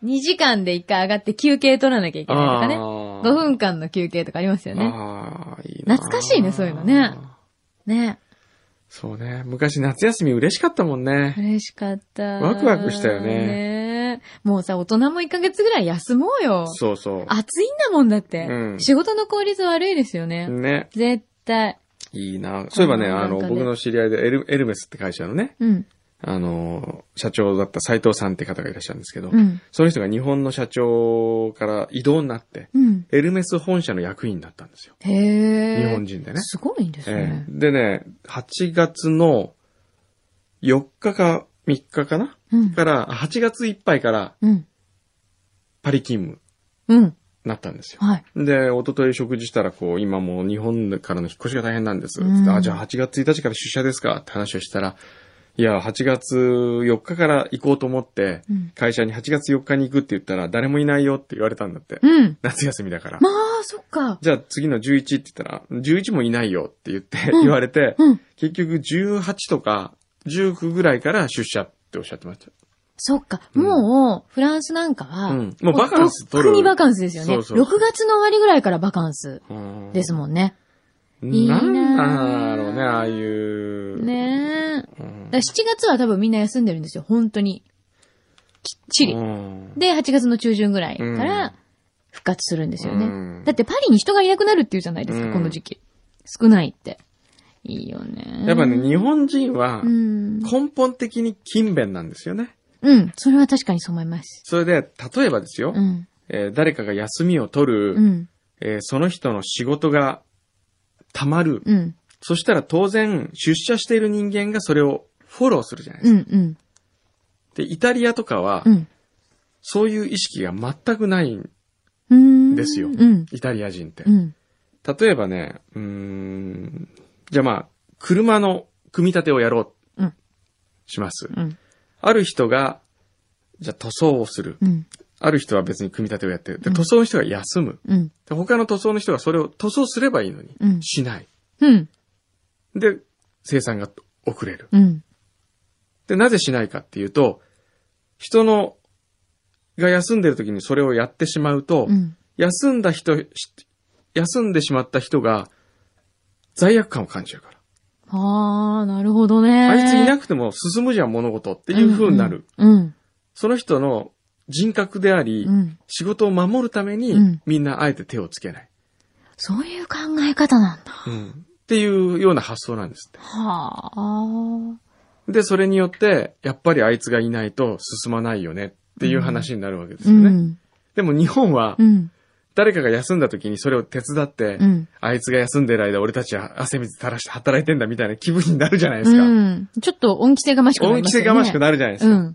[SPEAKER 3] 2時間で1回上がって休憩取らなきゃいけないとかね。
[SPEAKER 1] あー
[SPEAKER 3] 5分間の休憩とかありますよね。
[SPEAKER 1] ああ、いいな。
[SPEAKER 3] 懐かしいねそういうのね。ね。
[SPEAKER 1] そうね。昔夏休み嬉しかったもんね。
[SPEAKER 3] 嬉しかった。
[SPEAKER 1] ワクワクしたよね
[SPEAKER 3] ねもうさ、大人も1ヶ月ぐらい休もうよ。
[SPEAKER 1] そうそ
[SPEAKER 3] 暑いんだもんだって。
[SPEAKER 1] うん
[SPEAKER 3] 仕事の効率悪いですよね。
[SPEAKER 1] う。ね。
[SPEAKER 3] 絶対。
[SPEAKER 1] いいな。そういえばね、
[SPEAKER 3] あー
[SPEAKER 1] あの、
[SPEAKER 3] なんかね
[SPEAKER 1] 僕の知り合いでエルエルメスって会社のね、
[SPEAKER 3] うん。
[SPEAKER 1] あの、社長だった斉藤さんって方がいらっしゃるんですけど、
[SPEAKER 3] うん。
[SPEAKER 1] その人が日本の社長から異動になって、
[SPEAKER 3] うん。
[SPEAKER 1] エルメス本社の役員だったんですよ。
[SPEAKER 3] へえ。
[SPEAKER 1] 日本人でね。
[SPEAKER 3] すごいんです
[SPEAKER 1] え
[SPEAKER 3] ね
[SPEAKER 1] え。でね、8月の4日か3日かな
[SPEAKER 3] うん。
[SPEAKER 1] から、8月いっぱいから
[SPEAKER 3] うん。
[SPEAKER 1] パリ勤務
[SPEAKER 3] うん。
[SPEAKER 1] になったんですよ。
[SPEAKER 3] はい。
[SPEAKER 1] で、一昨日食事したら、こう、今もう日本からの引っ越しが大変なんです。
[SPEAKER 3] うん
[SPEAKER 1] つってあ、じゃあ8月1日から出社ですかって話をしたら、いや、8月4日から行こうと思って、
[SPEAKER 3] うん
[SPEAKER 1] 会社に8月4日に行くって言ったら、誰もいないよって言われたんだって。
[SPEAKER 3] うん。
[SPEAKER 1] 夏休みだから
[SPEAKER 3] ま。あ、そっか。
[SPEAKER 1] じゃあ次の11って言ったら、11もいないよって言って、
[SPEAKER 3] うん
[SPEAKER 1] 言われて、
[SPEAKER 3] うん。
[SPEAKER 1] 結局18とか19ぐらいから出社っておっしゃってました。
[SPEAKER 3] そっか。
[SPEAKER 1] うん
[SPEAKER 3] もう、フランスなんかは、
[SPEAKER 1] うんもうバカンス取
[SPEAKER 3] と
[SPEAKER 1] る
[SPEAKER 3] っくにバカンスですよね。
[SPEAKER 1] そうそうそう
[SPEAKER 3] 6月の終わりぐらいからバカンスですもんね。
[SPEAKER 1] うん
[SPEAKER 3] いいな
[SPEAKER 1] な
[SPEAKER 3] あ
[SPEAKER 1] んだろうね、ああいう。
[SPEAKER 3] ねえ。だか
[SPEAKER 1] うん
[SPEAKER 3] ら7月は多分みんな休んでるんですよ、本当に。きっちり。
[SPEAKER 1] うん
[SPEAKER 3] で、8月の中旬ぐらいから
[SPEAKER 1] うん
[SPEAKER 3] 復活するんですよ
[SPEAKER 1] う
[SPEAKER 3] ね。
[SPEAKER 1] ん
[SPEAKER 3] だってパリに人がいなくなるっていうじゃないですか、
[SPEAKER 1] うん
[SPEAKER 3] この時期。少ないって。いいよね。
[SPEAKER 1] やっぱね、日本人は
[SPEAKER 3] うん。
[SPEAKER 1] 根本的に勤勉なんですよね。
[SPEAKER 3] ううん。それは確かにそう思います。
[SPEAKER 1] それで、例えばですよ、
[SPEAKER 3] うん。
[SPEAKER 1] えー誰かが休みを取る、
[SPEAKER 3] うん。
[SPEAKER 1] えーその人の仕事が溜まる。
[SPEAKER 3] うん。
[SPEAKER 1] そしたら当然、出社している人間がそれをフォローするじゃないで
[SPEAKER 3] う
[SPEAKER 1] すか。
[SPEAKER 3] ん。うん。
[SPEAKER 1] で、イタリアとかは
[SPEAKER 3] う、ん。
[SPEAKER 1] そういう意識が全くない、
[SPEAKER 3] うーん。
[SPEAKER 1] ですよ
[SPEAKER 3] うん。
[SPEAKER 1] イタリア人って
[SPEAKER 3] う。ん。
[SPEAKER 1] 例えばね、うーん、じゃあまあ、車の組み立てをやろう、
[SPEAKER 3] うん
[SPEAKER 1] します。
[SPEAKER 3] うん。
[SPEAKER 1] ある人が、じゃあ塗装をする。
[SPEAKER 3] うん。
[SPEAKER 1] ある人は別に組み立てをやってる。で、
[SPEAKER 3] うん
[SPEAKER 1] 塗装の人が休む。
[SPEAKER 3] うん。
[SPEAKER 1] で他の塗装の人がそれを塗装すればいいのに、
[SPEAKER 3] うん
[SPEAKER 1] しない。
[SPEAKER 3] うん。
[SPEAKER 1] で、生産が遅れる。
[SPEAKER 3] うん。
[SPEAKER 1] で、なぜしないかっていうと、人の、が休んでる時にそれをやってしまうと、
[SPEAKER 3] うん。
[SPEAKER 1] 休んだ人、し休んでしまった人が、罪悪感を感じるから。
[SPEAKER 3] あー、なるほどね。
[SPEAKER 1] あいついな
[SPEAKER 3] く
[SPEAKER 1] くても進むじゃん、物事っていう風になる。。
[SPEAKER 3] うん。
[SPEAKER 1] その人の人格であり、
[SPEAKER 3] うん。
[SPEAKER 1] 仕事を守るために、
[SPEAKER 3] うん
[SPEAKER 1] みんなあえて手をつけない、
[SPEAKER 3] そういう考え方なんだ。
[SPEAKER 1] っていうような発想なんですっ
[SPEAKER 3] はあ。
[SPEAKER 1] て。で、それによって、やっぱりあいつがいないと進まないよねっていう話になるわけです
[SPEAKER 3] う
[SPEAKER 1] よね。
[SPEAKER 3] ん。
[SPEAKER 1] でも日本は
[SPEAKER 3] う、ん。
[SPEAKER 1] 誰かが休んだ時にそれを手伝って、
[SPEAKER 3] うん。
[SPEAKER 1] あいつが休んでる間俺たちは汗水垂らして働いてんだみたいな気分になるじゃないですか。
[SPEAKER 3] うん。ちょっと恩着せがましくな
[SPEAKER 1] 恩
[SPEAKER 3] りま
[SPEAKER 1] 着
[SPEAKER 3] すよ
[SPEAKER 1] せ
[SPEAKER 3] ね。
[SPEAKER 1] がましく
[SPEAKER 3] り
[SPEAKER 1] なるじゃないですか。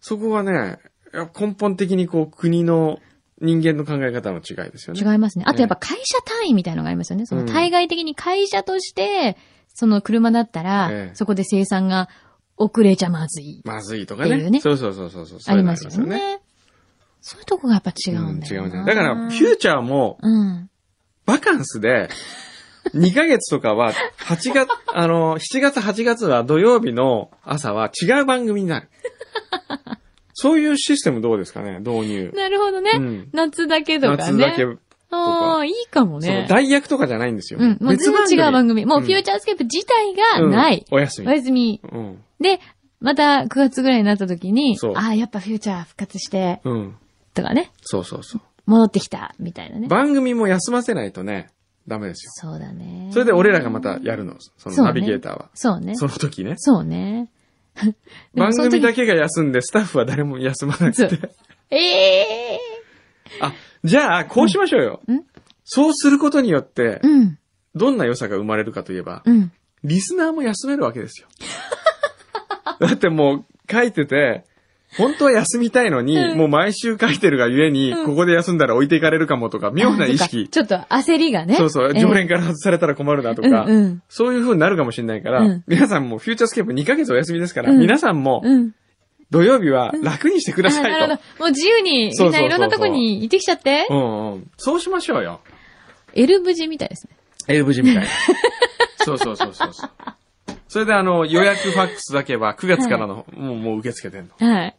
[SPEAKER 1] そこはね、いや根本的にこう国の人間の考え方の違いですよね。
[SPEAKER 3] うん。違いますね。あとやっぱ会社単位みたいなのがありますよね。その対外的に会社として、その車だったら、
[SPEAKER 1] ええ
[SPEAKER 3] そこで生産が遅れちゃまずい。
[SPEAKER 1] まずいとかね。
[SPEAKER 3] っていうね
[SPEAKER 1] そうそうそうそうそう。そ
[SPEAKER 3] あ
[SPEAKER 1] うい
[SPEAKER 3] り
[SPEAKER 1] うの
[SPEAKER 3] ますよ。ね。そういうとこがやっぱ違うんだ
[SPEAKER 1] うん違う
[SPEAKER 3] よな、
[SPEAKER 1] んだよだから、フューチャーも
[SPEAKER 3] うん。
[SPEAKER 1] バカンスで、2ヶ月とかは、8月、 あの、7月8月は土曜日の朝は違う番組になる。そういうシステムどうですかね、導入。
[SPEAKER 3] なるほどね。
[SPEAKER 1] うん。
[SPEAKER 3] 夏だけとかね。
[SPEAKER 1] 夏だけ、
[SPEAKER 3] ああ、いいかも
[SPEAKER 1] その
[SPEAKER 3] ね。
[SPEAKER 1] 代役とかじゃないんですよ。
[SPEAKER 3] うん。もう全然違う番組。もう、
[SPEAKER 1] ん
[SPEAKER 3] フューチャースケープ自体がない。
[SPEAKER 1] うんお休
[SPEAKER 3] お
[SPEAKER 1] み。
[SPEAKER 3] 休み。
[SPEAKER 1] うん。
[SPEAKER 3] で、また9月ぐらいになった時に
[SPEAKER 1] そう、
[SPEAKER 3] ああ、やっぱフューチャー復活して、
[SPEAKER 1] うん。
[SPEAKER 3] とかね、
[SPEAKER 1] そうそうそう。
[SPEAKER 3] 戻ってきた、みたいなね。
[SPEAKER 1] 番組も休ませないとね、ダメですよ。
[SPEAKER 3] そうだね。
[SPEAKER 1] それで俺らがまたやるの、その
[SPEAKER 3] そうね
[SPEAKER 1] ナビゲーターは。
[SPEAKER 3] そうね
[SPEAKER 1] そ。の時ね。
[SPEAKER 3] そうね。でも
[SPEAKER 1] 番
[SPEAKER 3] その時
[SPEAKER 1] 組だけが休んで、スタッフは誰も休まなくて。
[SPEAKER 3] ええ
[SPEAKER 1] あ、じゃあ、こうしましょうよ。
[SPEAKER 3] うん
[SPEAKER 1] そうすることによって
[SPEAKER 3] ー。、うん。
[SPEAKER 1] どんな良さが生まれるかといえば、
[SPEAKER 3] うん。
[SPEAKER 1] リスナーも休めるわけ ですよ。だってもう、書いてて、本当は休みたいのに、
[SPEAKER 3] うん
[SPEAKER 1] もう毎週書いてるがゆえに、
[SPEAKER 3] うん
[SPEAKER 1] ここで休んだら置いていかれるかもとか、妙な意
[SPEAKER 3] あそっか
[SPEAKER 1] 識。
[SPEAKER 3] ちょっと焦りがね。
[SPEAKER 1] そうそう、
[SPEAKER 3] ええ
[SPEAKER 1] 常連から外されたら困るなとか
[SPEAKER 3] う、ん
[SPEAKER 1] そういう風になるかもしれないから、
[SPEAKER 3] うん
[SPEAKER 1] 皆さんもフューチャースケープ2ヶ月お休みですから、
[SPEAKER 3] うん
[SPEAKER 1] 皆さんも
[SPEAKER 3] うん。うん。
[SPEAKER 1] 土曜日は楽にしてくださ
[SPEAKER 3] あなる
[SPEAKER 1] いと。
[SPEAKER 3] ほど。もう自由に、
[SPEAKER 1] そ
[SPEAKER 3] み
[SPEAKER 1] うんそうそうそう
[SPEAKER 3] ないろんなとこに行ってきちゃって
[SPEAKER 1] う。んうん。そうしましょうよ。
[SPEAKER 3] L 無字みたいですね。
[SPEAKER 1] LV みたいな。 そうそうそうそうそう。それであの、予約ファックスだけは9月からの、もう、もう受け付けてんの。
[SPEAKER 3] はい。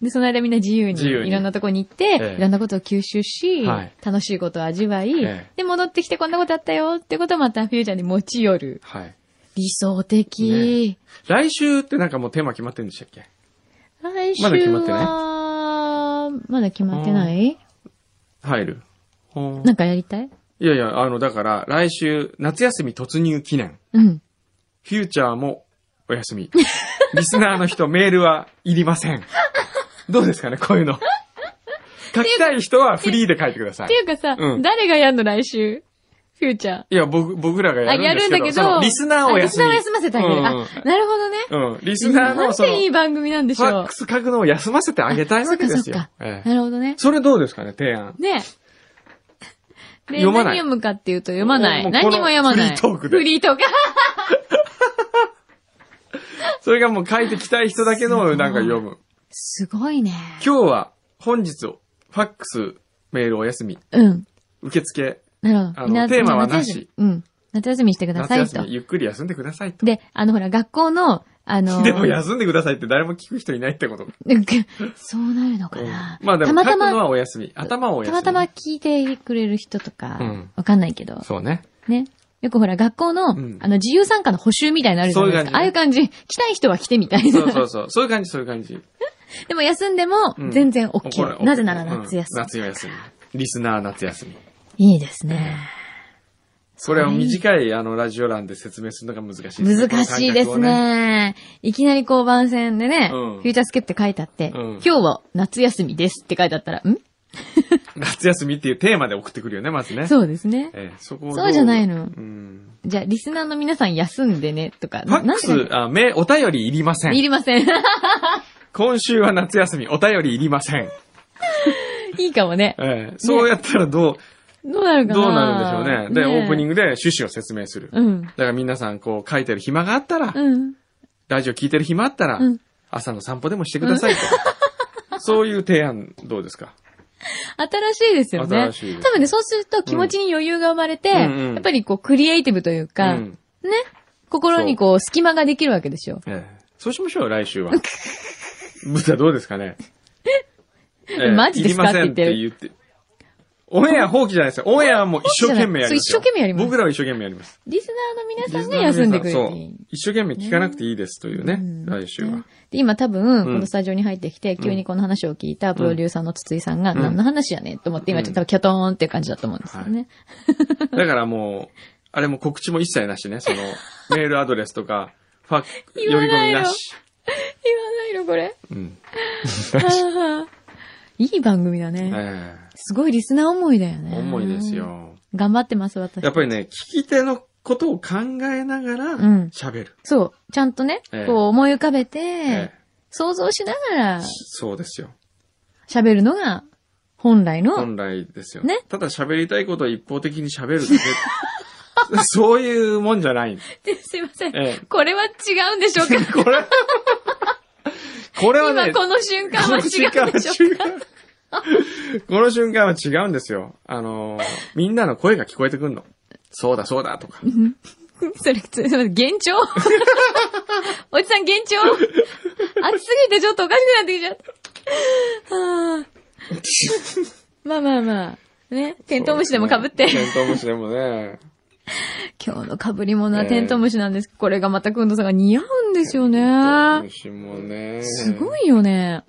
[SPEAKER 3] で、その間みんな自由
[SPEAKER 1] 自由
[SPEAKER 3] に、
[SPEAKER 1] に
[SPEAKER 3] いろんなとこに行って、
[SPEAKER 1] ええ
[SPEAKER 3] いろんなことを吸収し、
[SPEAKER 1] はい
[SPEAKER 3] 楽しいことを味わい、
[SPEAKER 1] ええ
[SPEAKER 3] で、戻ってきてこんなことあったよってことをまたフューチャーに持ち寄る。
[SPEAKER 1] はい。
[SPEAKER 3] 理想的。
[SPEAKER 1] 来週ってなんかもうテーマ決まってるんでしたっけ
[SPEAKER 3] 来週
[SPEAKER 1] まだ決まって
[SPEAKER 3] は、まだ決まってない
[SPEAKER 1] 入る。ほう
[SPEAKER 3] なんかやりたい
[SPEAKER 1] いやいや、あの、だから、来週、夏休み突入記念。
[SPEAKER 3] うん。
[SPEAKER 1] フューチャーもお休 み。リスナーの人、メールはいりません。どうですかね、こういうの。書きたい人はフリーで書いてくださ
[SPEAKER 3] っ
[SPEAKER 1] い
[SPEAKER 3] て。いうかさ、
[SPEAKER 1] うん
[SPEAKER 3] 誰がやんの来週フューチャー。
[SPEAKER 1] いや、僕、僕らが
[SPEAKER 3] あ、
[SPEAKER 1] や
[SPEAKER 3] や
[SPEAKER 1] る
[SPEAKER 3] る
[SPEAKER 1] ん
[SPEAKER 3] ん
[SPEAKER 1] で
[SPEAKER 3] だ
[SPEAKER 1] すけど、そ
[SPEAKER 3] けど、
[SPEAKER 1] のリスナーを
[SPEAKER 3] あ
[SPEAKER 1] お
[SPEAKER 3] リス
[SPEAKER 1] 休
[SPEAKER 3] ナー
[SPEAKER 1] み。
[SPEAKER 3] を休ませてあげる。
[SPEAKER 1] うん
[SPEAKER 3] あ、なるほどね。
[SPEAKER 1] うん、リスナーのその、
[SPEAKER 3] なんていい番組なんでし
[SPEAKER 1] ファ
[SPEAKER 3] ょ
[SPEAKER 1] ッ
[SPEAKER 3] う
[SPEAKER 1] ク。ス書くのを休ませてあげたいわけですよ。
[SPEAKER 3] あそっかそっか
[SPEAKER 1] ええ
[SPEAKER 3] なるほどね。
[SPEAKER 1] それどうですかね、提案。
[SPEAKER 3] ねえ。で
[SPEAKER 1] 読まない
[SPEAKER 3] 何読むかっていうと読まな
[SPEAKER 1] も
[SPEAKER 3] い。
[SPEAKER 1] うもうこの
[SPEAKER 3] 何も読まない。
[SPEAKER 1] フリートークで
[SPEAKER 3] フリートーク。
[SPEAKER 1] それがもう書いてきたい人だけのなんか読む。
[SPEAKER 3] すごいね。
[SPEAKER 1] 今日は、本日、ファックス、メールお休み。
[SPEAKER 3] うん。
[SPEAKER 1] 受付、
[SPEAKER 3] なるほ
[SPEAKER 1] あの
[SPEAKER 3] どみんな。
[SPEAKER 1] テーマは
[SPEAKER 3] 夏休み
[SPEAKER 1] なし。
[SPEAKER 3] うん。夏休みしてくだ
[SPEAKER 1] 夏
[SPEAKER 3] さい
[SPEAKER 1] 休
[SPEAKER 3] と
[SPEAKER 1] み、。ゆっくり休んでくださいと。
[SPEAKER 3] で、あの、ほら、学校の、あ の、
[SPEAKER 1] でも休んでくださいって誰も聞く人いないってこと。
[SPEAKER 3] なんか そうなるのかな。
[SPEAKER 1] まあで
[SPEAKER 3] た
[SPEAKER 1] も、
[SPEAKER 3] ま
[SPEAKER 1] 書
[SPEAKER 3] た
[SPEAKER 1] くの
[SPEAKER 3] ま、
[SPEAKER 1] はお休み。頭をお休
[SPEAKER 3] た
[SPEAKER 1] み。
[SPEAKER 3] またま聞いてくれる人と
[SPEAKER 1] う
[SPEAKER 3] か
[SPEAKER 1] ん、
[SPEAKER 3] わかんないけど、
[SPEAKER 1] そうね。
[SPEAKER 3] ね。よくほら、学校の、あ
[SPEAKER 1] うん
[SPEAKER 3] の、自由参加の補習みたいになのあるじゃないですか。
[SPEAKER 1] そ
[SPEAKER 3] あ
[SPEAKER 1] う
[SPEAKER 3] あ
[SPEAKER 1] い
[SPEAKER 3] いうう感じ。来たい人は来てみたい
[SPEAKER 1] そうそ
[SPEAKER 3] な。
[SPEAKER 1] うそう。そういう感じ、そういう感じ。
[SPEAKER 3] でも休んでも
[SPEAKER 1] うん、
[SPEAKER 3] 全然 OK、
[SPEAKER 1] これ
[SPEAKER 3] なぜなら
[SPEAKER 1] うん
[SPEAKER 3] 夏休み。
[SPEAKER 1] 夏休み。リスナー夏休み。
[SPEAKER 3] いいですね。
[SPEAKER 1] これは短いあのラジオ欄で説明するのが難しいですね
[SPEAKER 3] 難しいです。ね。いきなり交番戦でね、
[SPEAKER 1] うん
[SPEAKER 3] フューチャースケップって書いてあって、
[SPEAKER 1] うん
[SPEAKER 3] 今日は夏休みですって書いてあったら、ん
[SPEAKER 1] この三角をね夏休みっていうテーマで送ってくるよね、まずね。
[SPEAKER 3] そうですね。
[SPEAKER 1] ええそこをど
[SPEAKER 3] そうじゃない
[SPEAKER 1] う
[SPEAKER 3] の
[SPEAKER 1] ん。
[SPEAKER 3] じゃあ、リスナーの皆さん休んでね、とか。
[SPEAKER 1] ファックス
[SPEAKER 3] なんて書い、て
[SPEAKER 1] あ、め、お便りいりませ
[SPEAKER 3] あるい
[SPEAKER 1] ん。
[SPEAKER 3] りません。
[SPEAKER 1] 今週は夏休み、お便りいりません。
[SPEAKER 3] いいかもね。
[SPEAKER 1] ええそうやったらど
[SPEAKER 3] どうなる
[SPEAKER 1] う、
[SPEAKER 3] かな
[SPEAKER 1] どうなるんでしょうね。で、オープニング
[SPEAKER 3] グ。
[SPEAKER 1] で趣旨を説明する。だ
[SPEAKER 3] うん。
[SPEAKER 1] から皆さん、こう、書いてる暇があったら、
[SPEAKER 3] うん。
[SPEAKER 1] ラジオ聞いてる暇あったら、
[SPEAKER 3] うん
[SPEAKER 1] 朝の散歩でもしてくださいと。そういう提案、どうですか
[SPEAKER 3] 新しいですよね。
[SPEAKER 1] 新しいです
[SPEAKER 3] 多分ね、そうすると気持ちに余裕が生まれて、
[SPEAKER 1] うんうんうん
[SPEAKER 3] やっぱりこう、クリエイティブというか、
[SPEAKER 1] うん
[SPEAKER 3] 心にこう、隙間ができるわけでしょ。
[SPEAKER 1] ええそうしましょう、来 週は。ブタどうですかね。ええ
[SPEAKER 3] マジですかって言ってる
[SPEAKER 1] いりませんって言って。オンエア放棄じゃないですよ。オンエアはもう一生懸命やりますよ。
[SPEAKER 3] そう一生懸命やります
[SPEAKER 1] 僕らは一生懸命やります。
[SPEAKER 3] リスナーの皆さんが休んでくれ
[SPEAKER 1] そ
[SPEAKER 3] て
[SPEAKER 1] う
[SPEAKER 3] いい。。
[SPEAKER 1] 一生懸命聞かなくていいですというね、
[SPEAKER 3] うん
[SPEAKER 1] 来週
[SPEAKER 3] ね
[SPEAKER 1] は。
[SPEAKER 3] で、今多分、こ
[SPEAKER 1] うん
[SPEAKER 3] のスタジオに入ってきて、急にこの話を聞いたプロデューサーの筒井さんが、
[SPEAKER 1] うん
[SPEAKER 3] 何の話やねんと思って、今ちょっとキョトーンっていう感じだと思うんですよね。
[SPEAKER 1] だからもう、あれも告知も一切なしね、 その、メールアドレスとか、ファック、
[SPEAKER 3] 言
[SPEAKER 1] 呼
[SPEAKER 3] わ
[SPEAKER 1] び
[SPEAKER 3] な
[SPEAKER 1] 込
[SPEAKER 3] い
[SPEAKER 1] み
[SPEAKER 3] よ
[SPEAKER 1] なし。
[SPEAKER 3] 言わないの、これ。
[SPEAKER 1] うん。
[SPEAKER 3] あーいい番組だ
[SPEAKER 1] え
[SPEAKER 3] ね。
[SPEAKER 1] え
[SPEAKER 3] すごいリスナー思いだよね。
[SPEAKER 1] 重いです。よ。
[SPEAKER 3] 頑張ってます、私。
[SPEAKER 1] やっぱり。ね、聞き手のことを考えながら
[SPEAKER 3] うん、
[SPEAKER 1] 喋る。
[SPEAKER 3] そう。ちゃんとね、
[SPEAKER 1] ええ
[SPEAKER 3] こう思い浮かべて、
[SPEAKER 1] ええ
[SPEAKER 3] 想像しながら
[SPEAKER 1] そうですよ。
[SPEAKER 3] 喋るのが、本来の、
[SPEAKER 1] 本来ですよ。
[SPEAKER 3] ね
[SPEAKER 1] ただ喋りたいことを一方的に喋るだけ。 そういうもんじゃない。
[SPEAKER 3] すいません。
[SPEAKER 1] え
[SPEAKER 3] これは違うんでしょうか
[SPEAKER 1] これ、これは
[SPEAKER 3] 今
[SPEAKER 1] ね、
[SPEAKER 3] この瞬間は違うんでしょうか
[SPEAKER 1] 瞬間は違う。この瞬間は違うんですよ。あのー、みんなの声が聞こえてくんの。そうだそうだと か。
[SPEAKER 3] それ、つ幻 聴おじさん幻聴暑すぎてちょっとおかしくなってきちゃった。はあ、まあまあまあ。ね、テントウムシでも被っ
[SPEAKER 1] テ
[SPEAKER 3] て。
[SPEAKER 1] ントウムシでもね。
[SPEAKER 3] 今日の被り物はテントウムシなんです。これがまたくんどさんが似合うんですよ
[SPEAKER 1] テントウム
[SPEAKER 3] ね。
[SPEAKER 1] シもね。
[SPEAKER 3] すごいよね。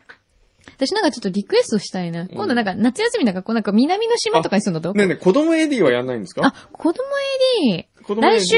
[SPEAKER 3] 私なんかちょっとリクエストしたいな。今度なんか夏休みなんかこうなんか南の島とかにするのどう
[SPEAKER 1] ねえねえ、子供 AD はやんないんです
[SPEAKER 3] あ
[SPEAKER 1] か、
[SPEAKER 3] 子供 AD。
[SPEAKER 1] 子供 AD
[SPEAKER 3] 来週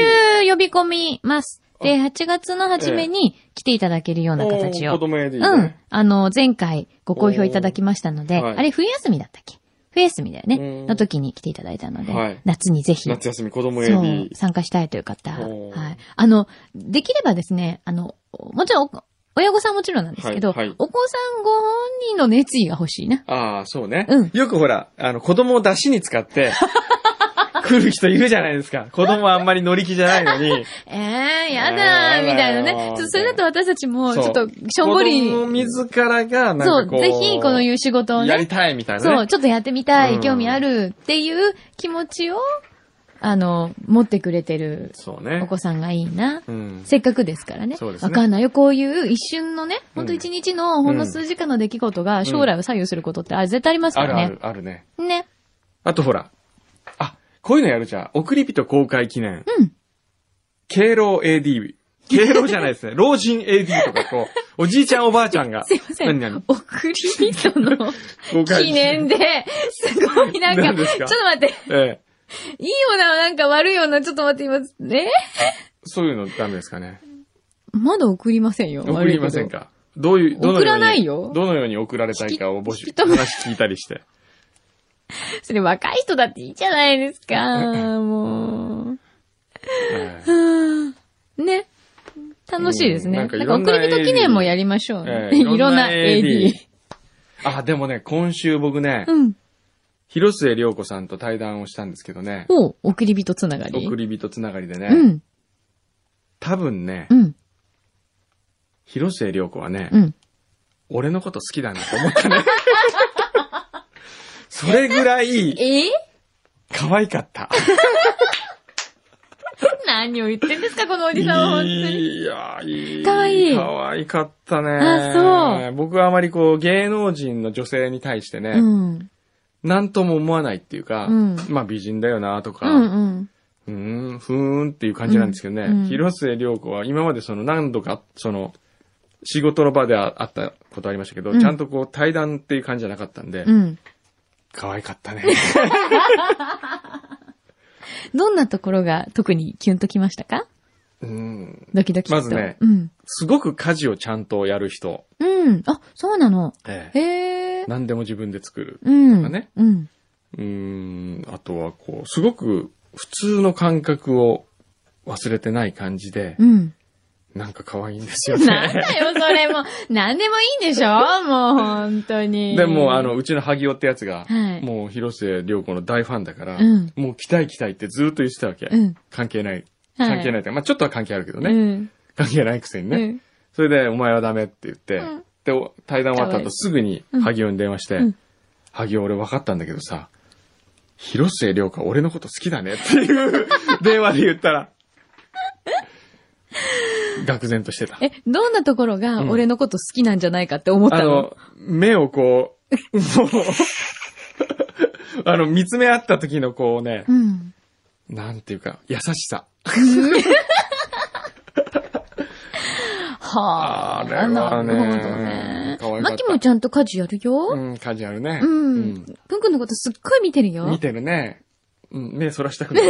[SPEAKER 3] 呼び込みます。で、8月の初めに来ていただけるような形
[SPEAKER 1] おー子
[SPEAKER 3] を。
[SPEAKER 1] 供 AD ね。
[SPEAKER 3] うん。あの、前回ご好評いただきましたので、
[SPEAKER 1] おーはい
[SPEAKER 3] あれ冬休みだったっけ冬休みだよね
[SPEAKER 1] う。ん
[SPEAKER 3] の時に来ていただいたので、
[SPEAKER 1] はい
[SPEAKER 3] 夏にぜひ。
[SPEAKER 1] 夏休み子供
[SPEAKER 3] そう、
[SPEAKER 1] AD。
[SPEAKER 3] 参加したいという方。
[SPEAKER 1] おー
[SPEAKER 3] はい。あの、できればですね、あの、もちろんお、親御さんもちろんなんですけど、
[SPEAKER 1] はいはい
[SPEAKER 3] お子さんご本人の熱意が欲しいな。
[SPEAKER 1] ああ、そうね。
[SPEAKER 3] うん
[SPEAKER 1] よくほら、あの、子供を出しに使 って、来る人いるじゃないですか。子供はあんまり乗り気じゃないのに。
[SPEAKER 3] ええー、や
[SPEAKER 1] あ
[SPEAKER 3] だー、
[SPEAKER 1] ー
[SPEAKER 3] みた
[SPEAKER 1] やだ
[SPEAKER 3] いなね
[SPEAKER 1] ー。
[SPEAKER 3] ちょっとそれだと私たちも、ち
[SPEAKER 1] そ
[SPEAKER 3] ょ
[SPEAKER 1] う
[SPEAKER 3] っと、 しょんぼり。
[SPEAKER 1] 子供自らが、
[SPEAKER 3] そ
[SPEAKER 1] なんか
[SPEAKER 3] う、
[SPEAKER 1] こう。
[SPEAKER 3] ぜひこのいう仕事を
[SPEAKER 1] やり
[SPEAKER 3] ね。
[SPEAKER 1] たいみたいなね。
[SPEAKER 3] そう、ちょっとやってみた
[SPEAKER 1] う
[SPEAKER 3] い、
[SPEAKER 1] ん
[SPEAKER 3] 興味あるっていう気持ちを、あの、持ってくれてる
[SPEAKER 1] そう
[SPEAKER 3] お
[SPEAKER 1] ね。
[SPEAKER 3] 子さんがいいな。
[SPEAKER 1] うん。
[SPEAKER 3] せっかくですからね。
[SPEAKER 1] そうですね
[SPEAKER 3] わかんないよ。こういう一瞬のね、ほん
[SPEAKER 1] う
[SPEAKER 3] と
[SPEAKER 1] ん
[SPEAKER 3] 一日のほんの数時間の出来事が将来を左右することって、あ、絶対ありますか
[SPEAKER 1] ある
[SPEAKER 3] ら
[SPEAKER 1] あ
[SPEAKER 3] ね
[SPEAKER 1] る、。あるね。
[SPEAKER 3] ね。
[SPEAKER 1] あとほら。あ、こういうのやるじゃん。送り人公開記念。
[SPEAKER 3] うん。
[SPEAKER 1] 敬老 AD。敬老じゃないですね。老人 AD とかこう、おじいちゃんおばあちゃんが。
[SPEAKER 3] すいませ
[SPEAKER 1] 何
[SPEAKER 3] ん
[SPEAKER 1] 何。
[SPEAKER 3] 送り人の
[SPEAKER 1] 公開
[SPEAKER 3] 記念で、すごいなんか、
[SPEAKER 1] 何
[SPEAKER 3] ちょ
[SPEAKER 1] で
[SPEAKER 3] っ
[SPEAKER 1] す
[SPEAKER 3] と
[SPEAKER 1] か
[SPEAKER 3] 待って、
[SPEAKER 1] ええ。
[SPEAKER 3] いいような、なんか悪いような、ちょっと待って、今、え
[SPEAKER 1] そういうのダメですかね。
[SPEAKER 3] まだ送りませんよ。
[SPEAKER 1] 送りませんかどういう、どのように
[SPEAKER 3] 送らないよ
[SPEAKER 1] どのように送られたいかを募集
[SPEAKER 3] 聞き、止め
[SPEAKER 1] 話聞いたりして。
[SPEAKER 3] それ若い人だっていいじゃないですか、もう。
[SPEAKER 1] ええ
[SPEAKER 3] ね。楽しいですね。
[SPEAKER 1] うん
[SPEAKER 3] な
[SPEAKER 1] なんん
[SPEAKER 3] か
[SPEAKER 1] かいろんな
[SPEAKER 3] 送り人記念もやりましょうね。
[SPEAKER 1] ええ
[SPEAKER 3] いろんな AD。
[SPEAKER 1] あ、でもね、今週僕ね、
[SPEAKER 3] うん。
[SPEAKER 1] 広末涼子さんと対談をしたんですけどね、
[SPEAKER 3] お送り人つながり。
[SPEAKER 1] 送り人つながりでね、
[SPEAKER 3] うん。
[SPEAKER 1] 多分ね
[SPEAKER 3] う、ん。
[SPEAKER 1] 広末涼子はね、
[SPEAKER 3] うん。
[SPEAKER 1] 俺のこと好きだなと思った ね。それぐらい
[SPEAKER 3] えー
[SPEAKER 1] 可愛かった。
[SPEAKER 3] 何を言ってんですか、このおじさんは、本当に。
[SPEAKER 1] いや、いい。
[SPEAKER 3] かわいい
[SPEAKER 1] 可愛かったね。。
[SPEAKER 3] あそう
[SPEAKER 1] 僕はあまりこう、芸能人の女性に対してね、
[SPEAKER 3] うん。
[SPEAKER 1] なんとも思わないっていうか、
[SPEAKER 3] うん
[SPEAKER 1] まあ美人だよなとか、
[SPEAKER 3] う
[SPEAKER 1] うんん、
[SPEAKER 3] うん。
[SPEAKER 1] ん、ふーんっていう感じなんですけどね、
[SPEAKER 3] うんうん
[SPEAKER 1] 広末涼子は今までその何度か、その、仕事の場でああったことありましたけど、
[SPEAKER 3] うん
[SPEAKER 1] ちゃんとこう対談っていう感じじゃなかったんで、
[SPEAKER 3] うん。
[SPEAKER 1] 可愛かったね。
[SPEAKER 3] どんなところが特にキュンときましたか
[SPEAKER 1] うん。
[SPEAKER 3] ドキドキと。
[SPEAKER 1] まずね
[SPEAKER 3] うん。
[SPEAKER 1] すごく家事をちゃんとやる人。
[SPEAKER 3] うん。あ、そうなの。
[SPEAKER 1] ええ。
[SPEAKER 3] へえ。
[SPEAKER 1] 何でも自分で作る。
[SPEAKER 3] うん。
[SPEAKER 1] かね
[SPEAKER 3] うん。
[SPEAKER 1] うーん。あとは、こう、すごく普通の感覚を忘れてない感じで、
[SPEAKER 3] うん。
[SPEAKER 1] なんか可愛いんですよ
[SPEAKER 3] なん
[SPEAKER 1] ね。
[SPEAKER 3] だよ、それも。なんでもいいんでしょもう、本当に。
[SPEAKER 1] でも、あの、、うちの萩尾ってやつが、
[SPEAKER 3] はい
[SPEAKER 1] もう広瀬良子の大ファンだから、
[SPEAKER 3] うん
[SPEAKER 1] もう来たい来たいってずっと言ってたわけ。
[SPEAKER 3] うん
[SPEAKER 1] 関係ない。
[SPEAKER 3] はい
[SPEAKER 1] 関係ないって、まあちょっとは関係あるけどね。
[SPEAKER 3] うん。
[SPEAKER 1] 関係ないくせにね。
[SPEAKER 3] うん
[SPEAKER 1] それで、お前はダメって言って、
[SPEAKER 3] うん
[SPEAKER 1] で、お対談終わった後すぐに
[SPEAKER 3] うん
[SPEAKER 1] 萩尾に電話して、
[SPEAKER 3] うん
[SPEAKER 1] 萩尾俺分かったんだけどさ、広末涼子は俺のこと好きだねっていう 電話で言った ら、愕然としてた。
[SPEAKER 3] え、どんなところが
[SPEAKER 1] うん
[SPEAKER 3] 俺のこと好きなんじゃないかって思っ
[SPEAKER 1] あ
[SPEAKER 3] たの、
[SPEAKER 1] の、目をこう、 もう、あの、見つめ合った時のこうね、
[SPEAKER 3] うん。
[SPEAKER 1] なんていうか、優しさ。
[SPEAKER 3] はあ。
[SPEAKER 1] あれはね
[SPEAKER 3] なるほどね
[SPEAKER 1] 可愛か。った
[SPEAKER 3] マキもちゃんと家事やる
[SPEAKER 1] う
[SPEAKER 3] よ。
[SPEAKER 1] ん、感じあるね。
[SPEAKER 3] うん。ぷんくんのことすっごい見てるよ。
[SPEAKER 1] 見てるね。うん、目そらしたくない。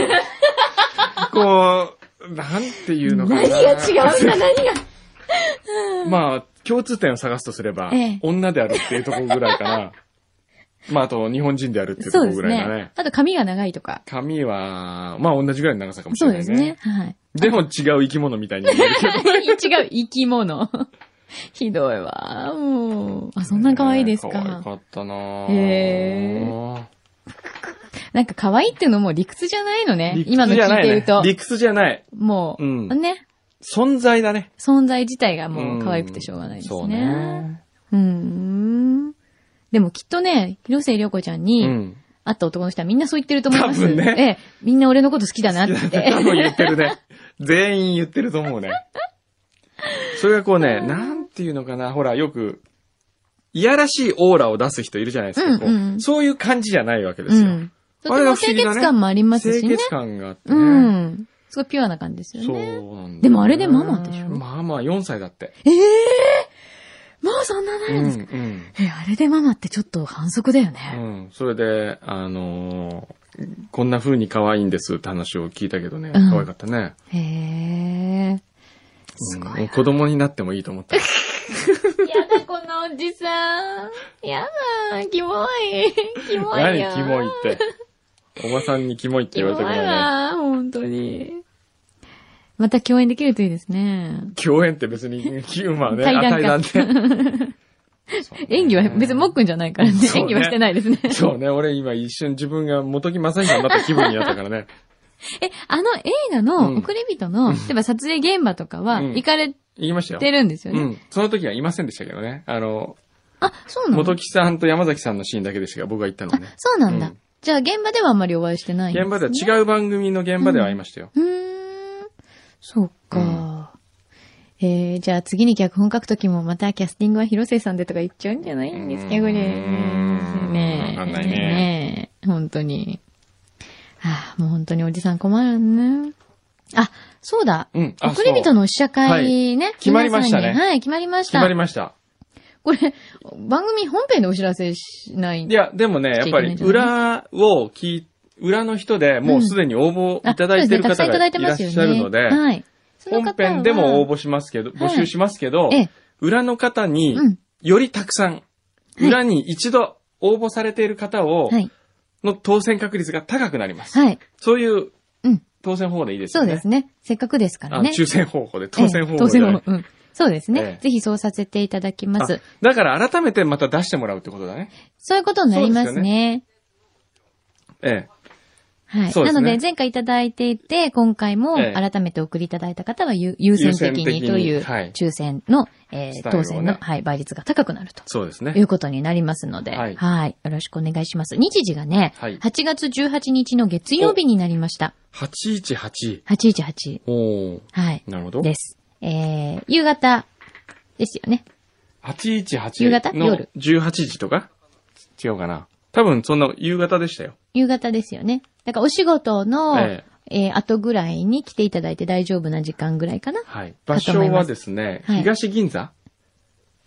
[SPEAKER 1] こう、なんていうのかな。
[SPEAKER 3] 何が違うんだ、何が。
[SPEAKER 1] まあ、共通点を探すとすれば、
[SPEAKER 3] ええ
[SPEAKER 1] 女であるっていうところぐらいか な。まあ、あと、日本人であるっていうと
[SPEAKER 3] そ
[SPEAKER 1] こ
[SPEAKER 3] う
[SPEAKER 1] ろ
[SPEAKER 3] で
[SPEAKER 1] ぐ
[SPEAKER 3] す
[SPEAKER 1] らいだね。
[SPEAKER 3] ね。あと髪が長いとか。
[SPEAKER 1] 髪は、まあ、同じぐらいの長さかもし
[SPEAKER 3] そ
[SPEAKER 1] れ
[SPEAKER 3] う
[SPEAKER 1] ない
[SPEAKER 3] で
[SPEAKER 1] ね。
[SPEAKER 3] すね。はい。
[SPEAKER 1] でも違う生き物みたいに見えるけど。
[SPEAKER 3] 違う、生き物。 ひどいわ。もう。あ、 そんな可愛いです
[SPEAKER 1] ねえ可愛
[SPEAKER 3] か。
[SPEAKER 1] かったなぁ
[SPEAKER 3] へなんか可愛いっていうのも理屈じゃないのね。
[SPEAKER 1] 理屈
[SPEAKER 3] 今の
[SPEAKER 1] じゃ
[SPEAKER 3] 聞
[SPEAKER 1] ないい
[SPEAKER 3] てる
[SPEAKER 1] ね
[SPEAKER 3] と。
[SPEAKER 1] 理屈じゃない。
[SPEAKER 3] も
[SPEAKER 1] う
[SPEAKER 3] う、
[SPEAKER 1] ん
[SPEAKER 3] ね。
[SPEAKER 1] 存在だね。
[SPEAKER 3] 存在自体がもう可愛くてしょうがないです
[SPEAKER 1] そう
[SPEAKER 3] ね。
[SPEAKER 1] ね。
[SPEAKER 3] うーん。でもきっとね、広末涼子ちゃん
[SPEAKER 1] う
[SPEAKER 3] に
[SPEAKER 1] ん。
[SPEAKER 3] 会った男の人はみんなそう言ってると思います。
[SPEAKER 1] 多分ね
[SPEAKER 3] ええ、みんな俺のこと好きだなっ
[SPEAKER 1] 多分言
[SPEAKER 3] て。
[SPEAKER 1] ってるね。全員言ってると思うね。それがこうね、なんていうのかな、ほら、よく、いやらしいオーラを出す人いるじゃないですか。こう
[SPEAKER 3] うんうんうん
[SPEAKER 1] そういう感じじゃないわけで
[SPEAKER 3] う
[SPEAKER 1] すよ。
[SPEAKER 3] ん。と
[SPEAKER 1] あ
[SPEAKER 3] て
[SPEAKER 1] れが
[SPEAKER 3] も
[SPEAKER 1] 不思
[SPEAKER 3] 清
[SPEAKER 1] 議だね
[SPEAKER 3] 潔感もありますし
[SPEAKER 1] 清
[SPEAKER 3] ね。
[SPEAKER 1] 潔感があって
[SPEAKER 3] う
[SPEAKER 1] ね。
[SPEAKER 3] ん。すごいピュアな感じですよ
[SPEAKER 1] そう
[SPEAKER 3] ね。
[SPEAKER 1] なんだよね
[SPEAKER 3] でもあれでママでしょ
[SPEAKER 1] ママ4歳だって。
[SPEAKER 3] ええもうそんなな
[SPEAKER 1] うん、
[SPEAKER 3] る
[SPEAKER 1] うん
[SPEAKER 3] ですか、
[SPEAKER 1] ん。
[SPEAKER 3] え、あれでママってちょっと反則だよ
[SPEAKER 1] う
[SPEAKER 3] ね。
[SPEAKER 1] ん。それで、あのーこんな風に可愛いんですって話を聞いたけどね、
[SPEAKER 3] うん
[SPEAKER 1] 可愛かったね。
[SPEAKER 3] へえ。すごい。
[SPEAKER 1] うん、子供になってもいいと思った。
[SPEAKER 3] やだ、このおじさん。やだ、キモい。 キモい
[SPEAKER 1] 何
[SPEAKER 3] よ。
[SPEAKER 1] キモいって。 おばさんにキモいって
[SPEAKER 3] キ
[SPEAKER 1] 言
[SPEAKER 3] モ
[SPEAKER 1] わ
[SPEAKER 3] い
[SPEAKER 1] れたからね。
[SPEAKER 3] わ、本当に。また共演できるといいですね。
[SPEAKER 1] 共演って別に、キューマーね、
[SPEAKER 3] 対談か
[SPEAKER 1] あ対談 で。そうね
[SPEAKER 3] 演技は、別にもっくんじゃないからね。
[SPEAKER 1] そうね
[SPEAKER 3] 演技はしてないですね。
[SPEAKER 1] そうね、俺今一瞬自分が元木正彦になった気分になったからね。
[SPEAKER 3] え、あの映画
[SPEAKER 1] う
[SPEAKER 3] の、
[SPEAKER 1] ん
[SPEAKER 3] 送り人の、例えば撮影現場とかは、
[SPEAKER 1] うん
[SPEAKER 3] 行かれ
[SPEAKER 1] 言いましたよ。
[SPEAKER 3] てるんですよ
[SPEAKER 1] う
[SPEAKER 3] ね。
[SPEAKER 1] ん。その時はいませんでしたけどね。あの、
[SPEAKER 3] あ、そうなの
[SPEAKER 1] 元木さんと山崎さんのシーンだけでしたが、僕が行ったのは
[SPEAKER 3] あ
[SPEAKER 1] ね、。
[SPEAKER 3] そうなんだ。
[SPEAKER 1] うん
[SPEAKER 3] じゃあ、現場ではあんまりお会いしてないんです、
[SPEAKER 1] 現
[SPEAKER 3] ね、
[SPEAKER 1] 場では違う番組の現場では会いましたよ。
[SPEAKER 3] う。ーん。そうか。えー、じゃあ次に脚本書くときもまたキャスティングは広瀬さんでとか言っちゃうんじゃないんですか、これ。
[SPEAKER 1] うーん
[SPEAKER 3] ねえ。
[SPEAKER 1] わかんないね
[SPEAKER 3] ねえ。本当に。ああ、もう本当におじさん困るね。あ、そうだ。
[SPEAKER 1] うんあ
[SPEAKER 3] 送り人の試写会ね。
[SPEAKER 1] 決まりましたね
[SPEAKER 3] 皆さんにはい、決まりました。
[SPEAKER 1] 決まりました。
[SPEAKER 3] これ、番組本編でお知らせしない
[SPEAKER 1] いや、でもね、やっぱり裏を聞い、裏の人でもうすでに応募いただいてる方がいらっ
[SPEAKER 3] あそうですねたくさんいただいてますよね。
[SPEAKER 1] しゃるので、
[SPEAKER 3] はい。その方
[SPEAKER 1] 本編
[SPEAKER 3] は
[SPEAKER 1] でも応募しますけど、
[SPEAKER 3] はい
[SPEAKER 1] 募集しますけど、
[SPEAKER 3] ええ、
[SPEAKER 1] 裏の方に
[SPEAKER 3] うん、
[SPEAKER 1] よりたくさん、
[SPEAKER 3] い
[SPEAKER 1] 裏に一度応募されている方を、
[SPEAKER 3] はい。
[SPEAKER 1] の当選確率が高くなります。
[SPEAKER 3] はい。
[SPEAKER 1] そういう
[SPEAKER 3] うん、
[SPEAKER 1] 当選方法でいいです
[SPEAKER 3] そ
[SPEAKER 1] よ
[SPEAKER 3] う
[SPEAKER 1] ね。
[SPEAKER 3] ですね。せっかくですから
[SPEAKER 1] あ
[SPEAKER 3] ね。
[SPEAKER 1] 抽選方法で、当選
[SPEAKER 3] ええ
[SPEAKER 1] 方法
[SPEAKER 3] 当
[SPEAKER 1] で。
[SPEAKER 3] 選方法。うん。そうです
[SPEAKER 1] え
[SPEAKER 3] ね
[SPEAKER 1] え。
[SPEAKER 3] ぜひそうさせていただきます
[SPEAKER 1] あ。だから改めてまた出してもらうってことだね。
[SPEAKER 3] そういうことになりま
[SPEAKER 1] そうで
[SPEAKER 3] す
[SPEAKER 1] すよ
[SPEAKER 3] ね。
[SPEAKER 1] え
[SPEAKER 3] はい。
[SPEAKER 1] そうで
[SPEAKER 3] な
[SPEAKER 1] すね
[SPEAKER 3] ので、前回いただいていて、今回も
[SPEAKER 1] ええ
[SPEAKER 3] 改めてお送りいただいた方は優優先的
[SPEAKER 1] 優先的
[SPEAKER 3] に
[SPEAKER 1] に
[SPEAKER 3] という
[SPEAKER 1] はい
[SPEAKER 3] 抽選の、え
[SPEAKER 1] ス
[SPEAKER 3] ー
[SPEAKER 1] タイルを
[SPEAKER 3] 当
[SPEAKER 1] ね
[SPEAKER 3] 選の、はい、倍率が高くなる
[SPEAKER 1] え。
[SPEAKER 3] と
[SPEAKER 1] そうです
[SPEAKER 3] い
[SPEAKER 1] ね。
[SPEAKER 3] うことになりますので、は、
[SPEAKER 1] はいい
[SPEAKER 3] よろしくお願いします。日時がね、
[SPEAKER 1] はい
[SPEAKER 3] 8月18日の月曜日になりました。
[SPEAKER 1] 818。
[SPEAKER 3] 818。
[SPEAKER 1] おー。
[SPEAKER 3] はい。
[SPEAKER 1] なるほど。
[SPEAKER 3] です。えー、夕方ですよね。夕方
[SPEAKER 1] 818の
[SPEAKER 3] 夜
[SPEAKER 1] 18時とか違うかな。多分そんな夕方でしたよ。
[SPEAKER 3] 夕方ですよね。だからお仕事の、え
[SPEAKER 1] え
[SPEAKER 3] ー後ぐらいに来ていただいて大丈夫な時間ぐらいかな。
[SPEAKER 1] はい。
[SPEAKER 3] だ
[SPEAKER 1] 場
[SPEAKER 3] と思い
[SPEAKER 1] 所
[SPEAKER 3] ま
[SPEAKER 1] は
[SPEAKER 3] す
[SPEAKER 1] ですね、
[SPEAKER 3] はい
[SPEAKER 1] 東銀座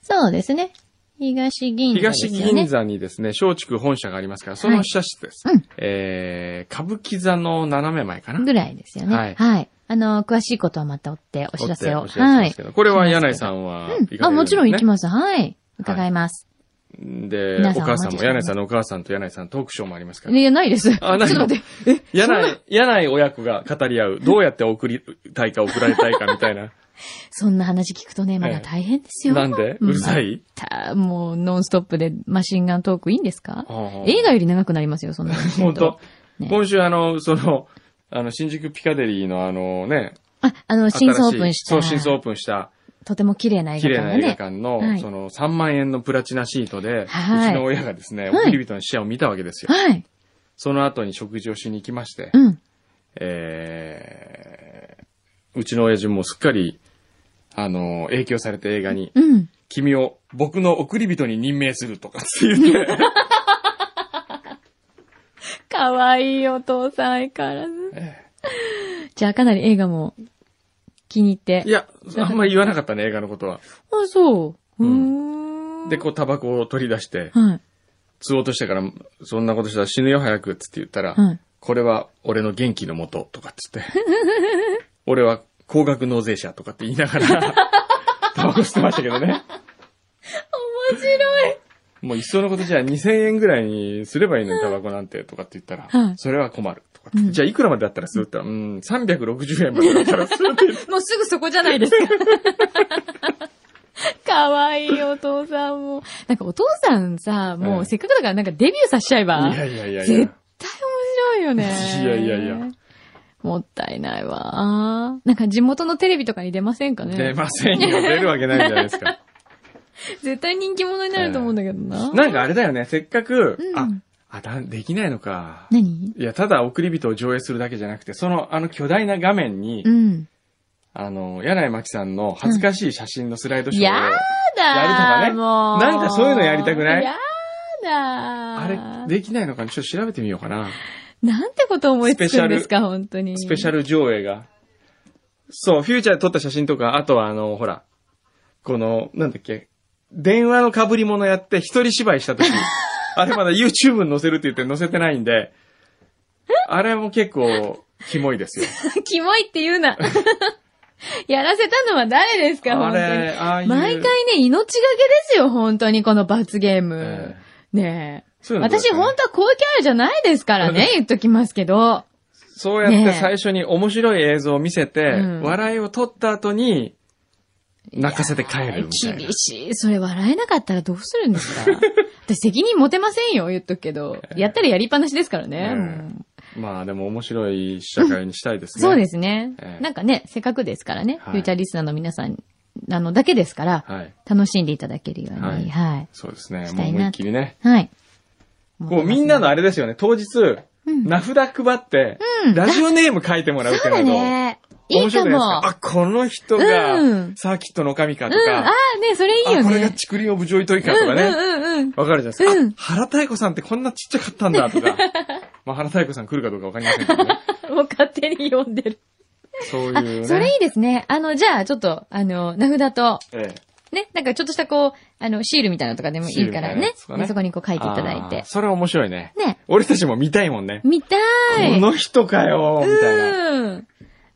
[SPEAKER 3] そうですね。東銀座です
[SPEAKER 1] 東
[SPEAKER 3] よね。
[SPEAKER 1] 銀座にですね、松竹本社がありますから、その社室です。
[SPEAKER 3] うん
[SPEAKER 1] えー、歌舞伎座の斜め前かな。
[SPEAKER 3] ぐらいですよね。
[SPEAKER 1] は
[SPEAKER 3] はいい。あの、詳しいことはまた追ってお知らせを。
[SPEAKER 1] お知らせ
[SPEAKER 3] は
[SPEAKER 1] で
[SPEAKER 3] い
[SPEAKER 1] すけ。どこれは柳井さんは
[SPEAKER 3] うん。あ、もちろん行き
[SPEAKER 1] ま
[SPEAKER 3] ます。はい。伺います。
[SPEAKER 1] す。で、
[SPEAKER 3] 皆
[SPEAKER 1] お
[SPEAKER 3] さん
[SPEAKER 1] 母さんも、
[SPEAKER 3] お待ちしており
[SPEAKER 1] 柳
[SPEAKER 3] ま
[SPEAKER 1] 井
[SPEAKER 3] す
[SPEAKER 1] さんのお母さんと柳井さんのトークショーもありますから。
[SPEAKER 3] いや、ないです。
[SPEAKER 1] あない
[SPEAKER 3] ちょっと待って。え、
[SPEAKER 1] 柳井、柳井親子が語り合う、どうやって送りたいか送られたいかみたい な。
[SPEAKER 3] そんな話聞くとね、まだ大変ですよ。
[SPEAKER 1] なんでうるさい、
[SPEAKER 3] た、もう、ノンストップでマシンガントークいいんですか
[SPEAKER 1] ああ
[SPEAKER 3] 映画より長くなりますよ、そんなの。
[SPEAKER 1] 本当
[SPEAKER 3] ね
[SPEAKER 1] 今週あの、その、あの、新宿ピカデリーのあのね、
[SPEAKER 3] あ、あの、新装オープンした。
[SPEAKER 1] そう、新装オープンした、
[SPEAKER 3] とても綺麗な映
[SPEAKER 1] 綺
[SPEAKER 3] 画
[SPEAKER 1] 麗な
[SPEAKER 3] 館が
[SPEAKER 1] 映画
[SPEAKER 3] ね。
[SPEAKER 1] 館の、
[SPEAKER 3] はい
[SPEAKER 1] その、3万円のプラチナシートで、
[SPEAKER 3] はいう
[SPEAKER 1] ちの親がですね、
[SPEAKER 3] はい
[SPEAKER 1] 送り人の試合を見たわけですよ。
[SPEAKER 3] はい。
[SPEAKER 1] その後に食事をしに行きまして、
[SPEAKER 3] うん。
[SPEAKER 1] えー、うちの親父もすっかり、あの、影響されて映画に、
[SPEAKER 3] うん。
[SPEAKER 1] 君を僕の送り人に任命するとかって言って、
[SPEAKER 3] かわいいお父さん、相変わらず。じゃあ、かなり映画も気に入って。
[SPEAKER 1] いや、あんまり言わなかったね、映画のことは。
[SPEAKER 3] あ、そう。
[SPEAKER 1] う
[SPEAKER 3] うんー ん。
[SPEAKER 1] で、こう、タバコを取り出して、
[SPEAKER 3] はい。
[SPEAKER 1] 吸おうとしてから、そんなことしたら死ぬよ、早くっつって言ったら、
[SPEAKER 3] はい
[SPEAKER 1] これは俺の元気のもととかっつって、 俺は高額納税者とかって言いなが ら、タバコ吸ってましたけどね。
[SPEAKER 3] 面白い。
[SPEAKER 1] もう一層のことじゃあ2000円ぐらいにすればいいのに、タバコなんてとかって言ったら、
[SPEAKER 3] はい
[SPEAKER 1] それは困るとかって、
[SPEAKER 3] うん
[SPEAKER 1] じゃあいくらまでだったら吸うって言ったら、うん、360円までだったら吸 うって言って、
[SPEAKER 3] もうすぐそこじゃないです か。かわいいお父さんも。なんかお父さんさ、
[SPEAKER 1] え
[SPEAKER 3] も
[SPEAKER 1] え
[SPEAKER 3] うせっかくだからなんかデビューさせちゃえ
[SPEAKER 1] い
[SPEAKER 3] ば。
[SPEAKER 1] やいやいやい
[SPEAKER 3] 絶
[SPEAKER 1] や。
[SPEAKER 3] 対面白いよね。
[SPEAKER 1] いやいやいや。
[SPEAKER 3] もったいないわ。なんか地元のテレビとかに出ませんかね
[SPEAKER 1] 出ませんよ。出るわけないじゃないですか。
[SPEAKER 3] 絶対人気者になると思うんだけど な。
[SPEAKER 1] なんかあれだよね、せっかく、
[SPEAKER 3] うん
[SPEAKER 1] あ、あだ、できないのか。
[SPEAKER 3] 何
[SPEAKER 1] いや、ただ送り人を上映するだけじゃなくて、その、あの巨大な画面に、
[SPEAKER 3] うん。
[SPEAKER 1] あの、柳井真紀さんの恥ずかしい写真のスライドショーを、や
[SPEAKER 3] やだ
[SPEAKER 1] るとかね
[SPEAKER 3] もう。
[SPEAKER 1] なんかそういうのやりたくない
[SPEAKER 3] やだ
[SPEAKER 1] あれ、できないのかなちょっと調べてみようかな。
[SPEAKER 3] なんてこと思いつくんですか、本当に。
[SPEAKER 1] スペシャル上映が。そう、フューチャーで撮った写真とか、あとはあの、ほら、この、なんだっけ、電話の被り物やって一人芝居した 時、あれまだ YouTube に載せるって言って載せてないんで、あれも結構、キモいですよ。
[SPEAKER 3] キモいって言うな。やらせたのは誰ですか、
[SPEAKER 1] あ
[SPEAKER 3] 本当に。
[SPEAKER 1] れ、ああいう。
[SPEAKER 3] 毎回ね、命がけですよ、本当に、この罰ゲーム
[SPEAKER 1] え。
[SPEAKER 3] ねえ。
[SPEAKER 1] そういうのどうです
[SPEAKER 3] 私、
[SPEAKER 1] かね
[SPEAKER 3] 本当はこういうキャラじゃないですから ね、言っときますけど。
[SPEAKER 1] そうやっ
[SPEAKER 3] ね
[SPEAKER 1] て
[SPEAKER 3] え
[SPEAKER 1] 最初に面白い映像を見せて、
[SPEAKER 3] うん
[SPEAKER 1] 笑いを取った後に、泣かせて帰るみたいな
[SPEAKER 3] 厳。しい。それ笑えなかったらどうするんで すか私、責任持てませんよ、言っとくけど。やったらやりっぱなしですからね。
[SPEAKER 1] うん
[SPEAKER 3] もう
[SPEAKER 1] まあでも面白い社会にしたいですね。
[SPEAKER 3] そうですね
[SPEAKER 1] え。え
[SPEAKER 3] なんかね、せっかくですからね、
[SPEAKER 1] はい
[SPEAKER 3] フューチャーリスナーの皆さん、あの、だけですから、
[SPEAKER 1] はい。
[SPEAKER 3] 楽しんでいただけるように、
[SPEAKER 1] は
[SPEAKER 3] はいい。はい。
[SPEAKER 1] そうですね。
[SPEAKER 3] した
[SPEAKER 1] もう
[SPEAKER 3] いな
[SPEAKER 1] 思いっきりね。こ
[SPEAKER 3] 思
[SPEAKER 1] う
[SPEAKER 3] います
[SPEAKER 1] みんなのあれですよね、当日、
[SPEAKER 3] うん
[SPEAKER 1] 名札配って、
[SPEAKER 3] うん
[SPEAKER 1] ラジオネーム書いてもらうって
[SPEAKER 3] そう
[SPEAKER 1] な
[SPEAKER 3] だ
[SPEAKER 1] ど、
[SPEAKER 3] ね。い
[SPEAKER 1] 面
[SPEAKER 3] い
[SPEAKER 1] 白
[SPEAKER 3] か
[SPEAKER 1] くないですか
[SPEAKER 3] も。
[SPEAKER 1] あ、この人が
[SPEAKER 3] うん
[SPEAKER 1] サーキットの神かと
[SPEAKER 3] うん、あ
[SPEAKER 1] か、
[SPEAKER 3] あ、ね、それいいよ
[SPEAKER 1] あ、
[SPEAKER 3] ね。
[SPEAKER 1] これが竹林オブジョイトイカとか
[SPEAKER 3] う
[SPEAKER 1] ね、
[SPEAKER 3] んうんうん。
[SPEAKER 1] わかるじゃないですか。あ
[SPEAKER 3] うん
[SPEAKER 1] 原太子さんってこんなちっちゃかったんだ とか、まあ原太子さん来るかどうかわかりませんけどね。
[SPEAKER 3] もう勝手に読んでる。
[SPEAKER 1] そういう
[SPEAKER 3] あ
[SPEAKER 1] ね。、
[SPEAKER 3] それいいですね。あの、じゃあ、ちょっと、あの、名札と、
[SPEAKER 1] ええ
[SPEAKER 3] ね、なんかちょっとしたこう、あの、シールみたいなのとかでもいいからね。
[SPEAKER 1] シールみたいなやつとかね
[SPEAKER 3] そこにこう書いていただい
[SPEAKER 1] あー
[SPEAKER 3] て。
[SPEAKER 1] それ面白いね。
[SPEAKER 3] ね。
[SPEAKER 1] 俺たちも見たいもんね。
[SPEAKER 3] 見た
[SPEAKER 1] こ
[SPEAKER 3] い。
[SPEAKER 1] の人かよみたいな。
[SPEAKER 3] うん。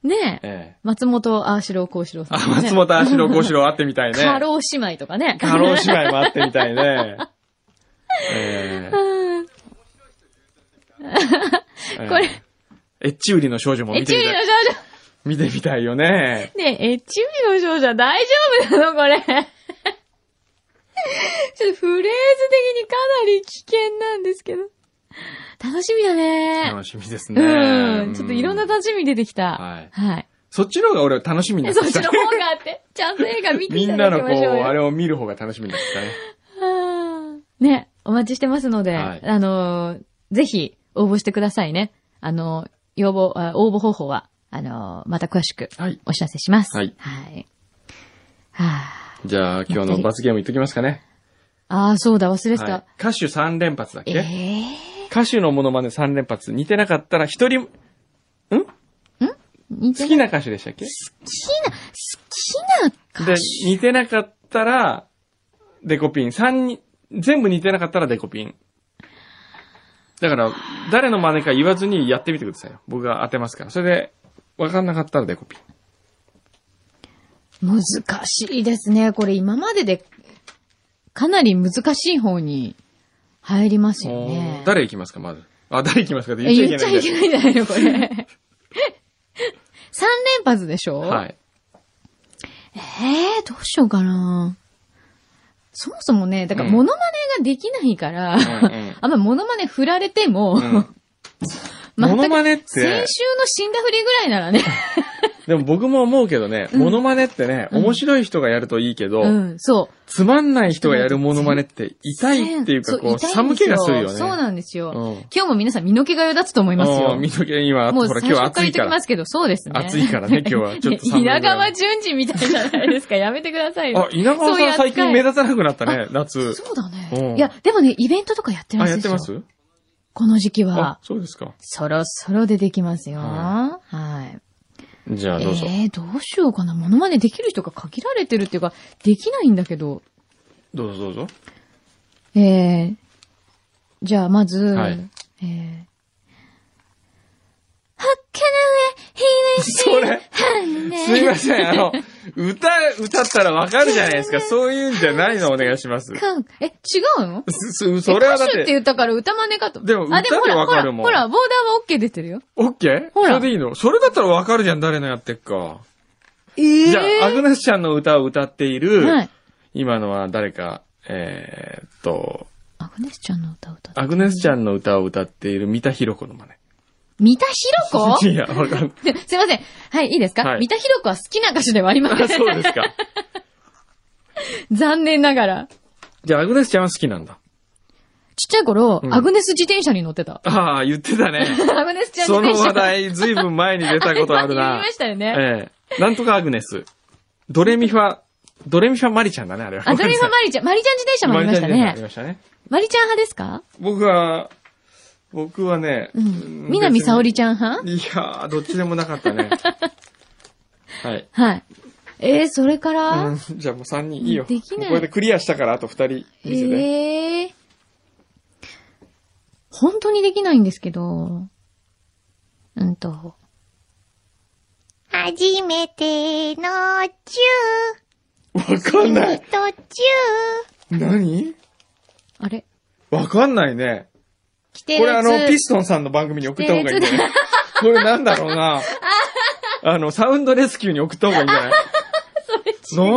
[SPEAKER 3] ねえ。
[SPEAKER 1] ええ
[SPEAKER 3] 松本、あーしろう、こうしろうさん
[SPEAKER 1] あ、
[SPEAKER 3] とかね。
[SPEAKER 1] 松本、足郎、小四郎会ってみたいね。
[SPEAKER 3] 過労姉妹とかね。
[SPEAKER 1] 過労姉妹もあってみたい ね。え
[SPEAKER 3] うん
[SPEAKER 1] ー
[SPEAKER 3] これ。
[SPEAKER 1] えーエッチ売りの少女も
[SPEAKER 3] エ
[SPEAKER 1] 見て
[SPEAKER 3] チュ
[SPEAKER 1] み
[SPEAKER 3] リの
[SPEAKER 1] たい。
[SPEAKER 3] 少
[SPEAKER 1] 見てみたいよね。
[SPEAKER 3] 女。ねえ、エチュリの少女は大丈夫なのこれ。 ちょっとフレーズ的にかなり危険なんですけど。楽しみだね。
[SPEAKER 1] 楽しみですね。
[SPEAKER 3] うん。ちょっといろんな
[SPEAKER 1] う
[SPEAKER 3] 楽しみ出てきた。
[SPEAKER 1] はい
[SPEAKER 3] はい。
[SPEAKER 1] そっちの方が俺は楽しみにな
[SPEAKER 3] え
[SPEAKER 1] って
[SPEAKER 3] そっ
[SPEAKER 1] き
[SPEAKER 3] ち
[SPEAKER 1] た
[SPEAKER 3] の。方があ って、ちゃんと映画見て
[SPEAKER 1] み
[SPEAKER 3] いた
[SPEAKER 1] んな
[SPEAKER 3] だ
[SPEAKER 1] の
[SPEAKER 3] き
[SPEAKER 1] こ
[SPEAKER 3] まし
[SPEAKER 1] う、
[SPEAKER 3] ょうよ。
[SPEAKER 1] あれを見る方が楽しみになってきたね。
[SPEAKER 3] あーね、お待ちしてますので、
[SPEAKER 1] はい
[SPEAKER 3] あのー、ぜひ応募してくださいね。あのー、要望、あ応募方法は、あのー、また詳しく
[SPEAKER 1] はい
[SPEAKER 3] お知らせします。
[SPEAKER 1] はい
[SPEAKER 3] はい。は
[SPEAKER 1] じゃあ今日の罰ゲームいっときますか ね。
[SPEAKER 3] あ、あーそうだ、忘れてた。
[SPEAKER 1] はい歌手3連発だっ
[SPEAKER 3] え
[SPEAKER 1] け
[SPEAKER 3] え
[SPEAKER 1] 歌手のモノマネ3連発。似てなかったら一人、
[SPEAKER 3] 似
[SPEAKER 1] 好
[SPEAKER 3] て
[SPEAKER 1] きな
[SPEAKER 3] な
[SPEAKER 1] 歌手でしたっけ
[SPEAKER 3] 好きな、好きな歌
[SPEAKER 1] で
[SPEAKER 3] 手、
[SPEAKER 1] 似てなかったら、デコピン。三人、全部似てなかったらデコピン。だから、誰の真似か言わずにやってみてくださいよ。僕が当てますから。それで、わかんなかったらデコピン。
[SPEAKER 3] 難しいですね。これ今までで、かなり難しい方に入りますよね。
[SPEAKER 1] 誰行きますか、まず。あ、誰行きますかって言
[SPEAKER 3] え
[SPEAKER 1] っち
[SPEAKER 3] 言
[SPEAKER 1] ゃい
[SPEAKER 3] っち
[SPEAKER 1] け
[SPEAKER 3] ゃ
[SPEAKER 1] ないん
[SPEAKER 3] い
[SPEAKER 1] で。
[SPEAKER 3] けないんじゃないのこれ。3連 発でしょ
[SPEAKER 1] はい。
[SPEAKER 3] ええどうしようかな。そもそもね、だからモノマネができないから、
[SPEAKER 1] うんうん
[SPEAKER 3] あんまモノマネ振られても、
[SPEAKER 1] う ん。
[SPEAKER 3] 全く
[SPEAKER 1] モノマネって
[SPEAKER 3] 先週の死んだふりぐらいならね、
[SPEAKER 1] でも僕も思うけどね、モノマネってね、面白い人がやるといいけど、
[SPEAKER 3] うん、そう。
[SPEAKER 1] つまんない人がやるモノマネって痛いっていうか、
[SPEAKER 3] そう
[SPEAKER 1] こう、
[SPEAKER 3] 痛いん
[SPEAKER 1] 寒
[SPEAKER 3] です
[SPEAKER 1] 気がするよね。
[SPEAKER 3] そうなんですよ。
[SPEAKER 1] うん
[SPEAKER 3] 今日も皆さん身の毛がよだつと思います
[SPEAKER 1] あー
[SPEAKER 3] よ。
[SPEAKER 1] 見とけ、今、
[SPEAKER 3] もう
[SPEAKER 1] ほら、
[SPEAKER 3] 最
[SPEAKER 1] 今日
[SPEAKER 3] 初から
[SPEAKER 1] 暑
[SPEAKER 3] 言
[SPEAKER 1] い
[SPEAKER 3] っと
[SPEAKER 1] か
[SPEAKER 3] きま
[SPEAKER 1] ら。
[SPEAKER 3] すけど、そうですね。
[SPEAKER 1] 暑いからね、今日は。ちょっと寒いぐら
[SPEAKER 3] 稲
[SPEAKER 1] い。
[SPEAKER 3] 川淳二みたいじゃないですか。やめてくださいよ
[SPEAKER 1] あ、稲川
[SPEAKER 3] そういう
[SPEAKER 1] さん
[SPEAKER 3] 扱い
[SPEAKER 1] 最近目立たなくなったね、夏。
[SPEAKER 3] そうだね。
[SPEAKER 1] うん
[SPEAKER 3] いや、でもね、イベントとかやってる
[SPEAKER 1] あ、
[SPEAKER 3] らしい
[SPEAKER 1] やっ
[SPEAKER 3] です
[SPEAKER 1] て
[SPEAKER 3] よ。
[SPEAKER 1] ます
[SPEAKER 3] この時期
[SPEAKER 1] あ
[SPEAKER 3] は、、
[SPEAKER 1] そうですか。
[SPEAKER 3] そろそろ出てきますよ。は。
[SPEAKER 1] はいじゃあ、
[SPEAKER 3] え
[SPEAKER 1] どうぞ。
[SPEAKER 3] ー、どうしようかな。モノマネできる人が限られてるっていうか、できないんだけど。
[SPEAKER 1] どうぞどうぞ。
[SPEAKER 3] えー、じゃあ、まず、
[SPEAKER 1] はい
[SPEAKER 3] えー、はっけな
[SPEAKER 1] それ、
[SPEAKER 3] ね、
[SPEAKER 1] すいません、あの、歌、歌ったらわかるじゃない ですか。そういうんじゃないのお願いします。
[SPEAKER 3] かんえ、違うの
[SPEAKER 1] そそれはだっ
[SPEAKER 3] 歌手って
[SPEAKER 1] て、
[SPEAKER 3] 言ったから歌真似かと。
[SPEAKER 1] でも
[SPEAKER 3] あ、でもほ
[SPEAKER 1] 歌で
[SPEAKER 3] ら、
[SPEAKER 1] わ
[SPEAKER 3] ほ、
[SPEAKER 1] からるもん
[SPEAKER 3] ほら、ボーダーは OK 出てるよ。
[SPEAKER 1] オッケー
[SPEAKER 3] ほ
[SPEAKER 1] そ
[SPEAKER 3] ら
[SPEAKER 1] れでいいのそれだったらわかるじゃん、誰のやってっか。
[SPEAKER 3] えー
[SPEAKER 1] じゃあ、アグネスちゃんの歌を歌っている、
[SPEAKER 3] はい。
[SPEAKER 1] 今のは誰か、えー、っと、
[SPEAKER 3] アグネスちゃんの歌を歌って。
[SPEAKER 1] アグネスちゃんの歌を歌っている三田寛子の真
[SPEAKER 3] 三田ひろ 子
[SPEAKER 1] 似。いや、わかんない。
[SPEAKER 3] すいません。はい、いいですか、
[SPEAKER 1] はい
[SPEAKER 3] 三田ひろ子は好きな歌手ではありませ
[SPEAKER 1] あ
[SPEAKER 3] ん。
[SPEAKER 1] そうですか。
[SPEAKER 3] 残念ながら。
[SPEAKER 1] じゃあ、アグネスちゃんは好きなんだ。
[SPEAKER 3] ちっちゃい頃、
[SPEAKER 1] うん。
[SPEAKER 3] アグネス自転車に乗ってた
[SPEAKER 1] ああ、言ってたね。
[SPEAKER 3] アグネスちゃん自
[SPEAKER 1] その
[SPEAKER 3] 転車。
[SPEAKER 1] 話題、ずいぶん前に出たことある
[SPEAKER 3] 前に
[SPEAKER 1] な
[SPEAKER 3] 言
[SPEAKER 1] い
[SPEAKER 3] ま。したよね。
[SPEAKER 1] ええなんとかアグネス。ドレミファ、ドレミファマリちゃんだね、あれ は。
[SPEAKER 3] あ、ドリファマリちゃん、マリちゃん自転車もありました
[SPEAKER 1] マリちゃんじゃなくなり
[SPEAKER 3] ね。
[SPEAKER 1] ましたね。
[SPEAKER 3] マリちゃん派ですか
[SPEAKER 1] 僕は、僕はね、
[SPEAKER 3] うん。南沙織ちゃん派
[SPEAKER 1] 別にいやー、どっちでもなか ったね。はい。
[SPEAKER 3] はい。えー、それから、
[SPEAKER 1] うんじゃあもう3人いいよ。
[SPEAKER 3] できない
[SPEAKER 1] これでクリアしたから、あと2人見せて。
[SPEAKER 3] ええ本当にできないんですけど、うんと、
[SPEAKER 4] 初めてのチ
[SPEAKER 1] わかん
[SPEAKER 4] ュ
[SPEAKER 1] な
[SPEAKER 4] ー、
[SPEAKER 1] い
[SPEAKER 4] ミトチ
[SPEAKER 1] 何
[SPEAKER 3] あれ
[SPEAKER 1] わかんないね。
[SPEAKER 3] 規定
[SPEAKER 1] これあの、ピス
[SPEAKER 3] ス
[SPEAKER 1] トンさんの番組に送った方がいいんじゃないこれなんだろうな。あの、サウンドレスキューに送った方がいいんじゃない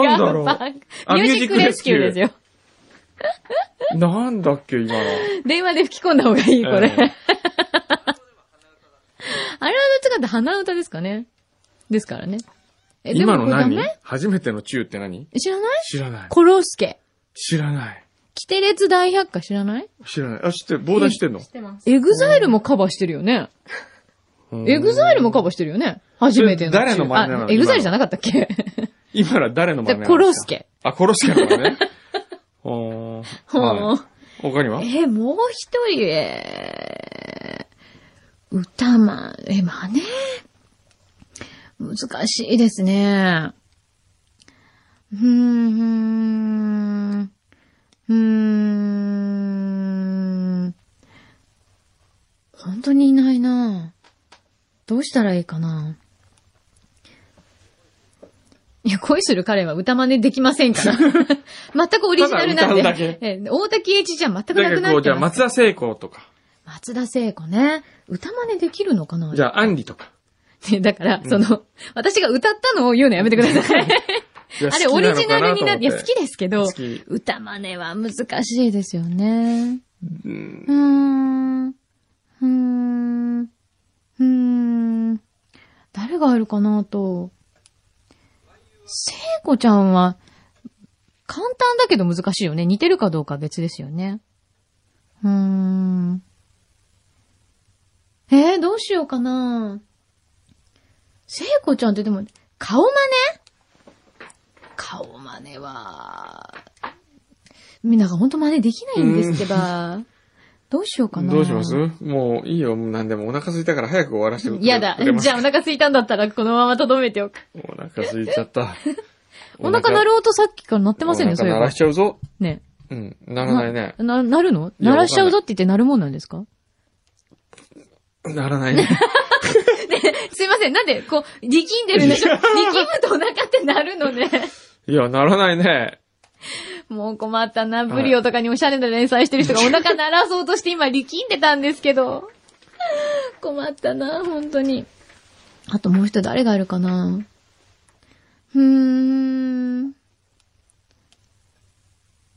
[SPEAKER 1] なんだろうあ
[SPEAKER 3] ミュージックレスキューですよ。
[SPEAKER 1] なんだっけ、今の。
[SPEAKER 3] 電話で吹き込んだ方がいい、これ。
[SPEAKER 1] え
[SPEAKER 3] あれはどっちかって鼻歌ですかねですからね。え
[SPEAKER 1] え今の
[SPEAKER 3] これダ
[SPEAKER 1] 何
[SPEAKER 3] メ
[SPEAKER 1] 初めてのチューって何
[SPEAKER 3] 知らない
[SPEAKER 1] 知らない。
[SPEAKER 3] コロスケ。
[SPEAKER 1] 知らない。
[SPEAKER 3] キテレツ大百科知らない
[SPEAKER 1] 知らない。あ、知ってる、ボーダーしてんの
[SPEAKER 3] エグザイルもカバーしてるよね。エグザイルもカバーしてるよね。初めての。
[SPEAKER 1] それ誰の真似なの
[SPEAKER 3] あエグザイルじゃなかったっけ
[SPEAKER 1] 今のは誰の真似なんです
[SPEAKER 3] コ
[SPEAKER 1] か
[SPEAKER 3] ロス。ケ。
[SPEAKER 1] あ、コロスケの真似ね。おー。
[SPEAKER 3] ほ
[SPEAKER 1] は
[SPEAKER 3] う
[SPEAKER 1] い。他には
[SPEAKER 3] えー、もう一人、えー、歌まん、えー、まね。難しいですね。うーん、うーん。本当にいないなどうしたらいいかないや、恋する彼は歌真似できませ んから。全くオリジナルなんで。
[SPEAKER 1] ただ歌うだけ
[SPEAKER 3] えー大滝栄一じゃ全
[SPEAKER 1] だ
[SPEAKER 3] くなく
[SPEAKER 1] から
[SPEAKER 3] な
[SPEAKER 1] こ
[SPEAKER 3] っ
[SPEAKER 1] う、じ
[SPEAKER 3] て
[SPEAKER 1] ゃあ
[SPEAKER 3] ます。
[SPEAKER 1] 松田聖子とか、
[SPEAKER 3] 松田聖子ね。歌真似できるのかな
[SPEAKER 1] じゃあアンリとか。
[SPEAKER 3] ね だから、その、私が歌ったのを言うのやめてください。
[SPEAKER 1] いや
[SPEAKER 3] あれ、オリジナルになって、いや、好き
[SPEAKER 1] 好き
[SPEAKER 3] ですけど
[SPEAKER 1] 好き、
[SPEAKER 3] 歌真似は難しいですよね。
[SPEAKER 1] なのかなと思って
[SPEAKER 3] うーん。うーん。うーん。誰がいるかなと。聖子ちゃんは、簡単だけど難しいよね。似てるかどうかは別ですよね。うーん。えー、どうしようかな。聖子ちゃんってでも、顔真似顔真似は、みんなが本当真似できないんですけど、どうしようか
[SPEAKER 1] うん
[SPEAKER 3] な。
[SPEAKER 1] どうしますもういいよ、もう何でもお腹空いたから早く終わらせてくれ
[SPEAKER 3] やだ
[SPEAKER 1] くれ。ます
[SPEAKER 3] じゃあお腹空いたんだったらこのままとどめておく。
[SPEAKER 1] お腹空いちゃった。
[SPEAKER 3] お腹鳴る音さっきから鳴ってませんね、
[SPEAKER 1] お
[SPEAKER 3] そうい
[SPEAKER 1] 腹鳴
[SPEAKER 3] えば
[SPEAKER 1] らし。ちゃうぞ。
[SPEAKER 3] ね。
[SPEAKER 1] うん、鳴らないね。
[SPEAKER 3] な、鳴るの
[SPEAKER 1] いや
[SPEAKER 3] 鳴らしちゃうぞって言って鳴るもんなんですか
[SPEAKER 1] 鳴ら ないね。
[SPEAKER 3] すいません、なんで、こう、力んでるんでしょ力むとお腹って鳴るのね。
[SPEAKER 1] いや、鳴らないね。
[SPEAKER 3] もう困ったな、ブリオとかにおしゃれな連載してる人がお腹鳴らそうとして今力んでたんですけど。困ったな、本当に。あともう一人誰がいるかなうーん。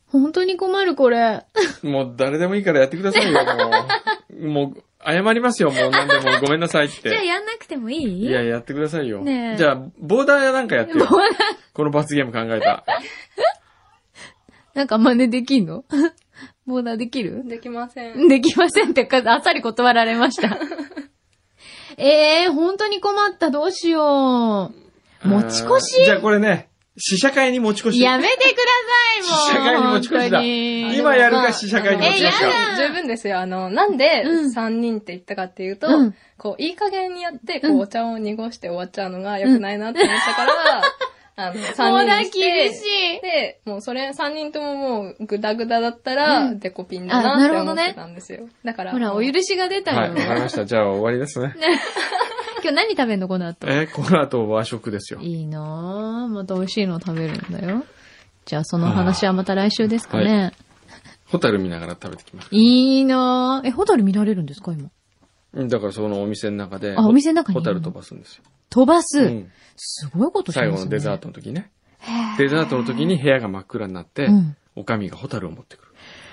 [SPEAKER 3] 本当に困る、これ。
[SPEAKER 1] もう誰でもいいからやってくださいよ、もう。もう、謝りますよ、もう何でもごめんなさいっ
[SPEAKER 3] じゃあ
[SPEAKER 1] て。
[SPEAKER 3] やんなくてもいい
[SPEAKER 1] いや、やってくださいよ。
[SPEAKER 3] ねえ
[SPEAKER 1] じゃあ、ボーダーやなんかやって
[SPEAKER 3] も
[SPEAKER 1] よ
[SPEAKER 3] う。な
[SPEAKER 1] この罰ゲーム考えた。
[SPEAKER 3] なんか真似できんの ボーダーできる
[SPEAKER 5] できません。
[SPEAKER 3] できませんってか、あっさり断られました。 ええー、本当に困った、どうしよう。持ち
[SPEAKER 1] あ
[SPEAKER 3] 越
[SPEAKER 1] ーじゃあ
[SPEAKER 3] し
[SPEAKER 1] これね、試写会に持ち越し。
[SPEAKER 3] やめてくだ
[SPEAKER 1] 試
[SPEAKER 3] さい、も
[SPEAKER 1] 写
[SPEAKER 3] う。
[SPEAKER 1] 会に持ち越しだ
[SPEAKER 3] 本当に
[SPEAKER 1] 今やるか試写会に持ち越し
[SPEAKER 3] えや
[SPEAKER 1] か。
[SPEAKER 3] だ
[SPEAKER 5] 十分ですよ。あの、なんで
[SPEAKER 3] うん
[SPEAKER 5] 3人って言ったかっていうと、
[SPEAKER 3] うん
[SPEAKER 5] こう、いい加減にやって、こ
[SPEAKER 3] う
[SPEAKER 5] う、
[SPEAKER 3] ん
[SPEAKER 5] お茶を濁して終わっちゃうのが良くないなって思っ たから、あの、3人にして。
[SPEAKER 3] ボーダー厳しい
[SPEAKER 5] で、もうそれ3人とももう、グダグダだったら、
[SPEAKER 3] うん
[SPEAKER 5] デコピンだ
[SPEAKER 3] あ
[SPEAKER 5] な
[SPEAKER 3] な
[SPEAKER 5] っ
[SPEAKER 3] る
[SPEAKER 5] て
[SPEAKER 3] ほど
[SPEAKER 5] 思っ
[SPEAKER 3] ね
[SPEAKER 5] てたんですよ。だから。
[SPEAKER 3] ほら、お
[SPEAKER 5] ゆ
[SPEAKER 3] 許しが出た
[SPEAKER 1] はい、
[SPEAKER 3] よ。
[SPEAKER 1] わかりました。じゃあ終わりですね。
[SPEAKER 3] 今日何食べんの、この後。
[SPEAKER 1] え、この後和食ですよ。
[SPEAKER 3] いいなぁ。また美味しいの食べるんだよ。じゃあ、その話はまた来週ですかね。
[SPEAKER 1] ホタル見ながら食べてきます。
[SPEAKER 3] い、いなぁ。え、ホタル見られるんですか、今。
[SPEAKER 1] うんだからそのお店の中で。
[SPEAKER 3] あお店の中に
[SPEAKER 1] ホタル飛ばすんですよ。
[SPEAKER 3] 飛ばす。
[SPEAKER 1] うん
[SPEAKER 3] すごいことします
[SPEAKER 1] 最
[SPEAKER 3] ね。
[SPEAKER 1] 後のデザートの時ね。デザートの時に部屋が真っ暗になって、
[SPEAKER 3] うん
[SPEAKER 1] おかみがホタルを持ってくる。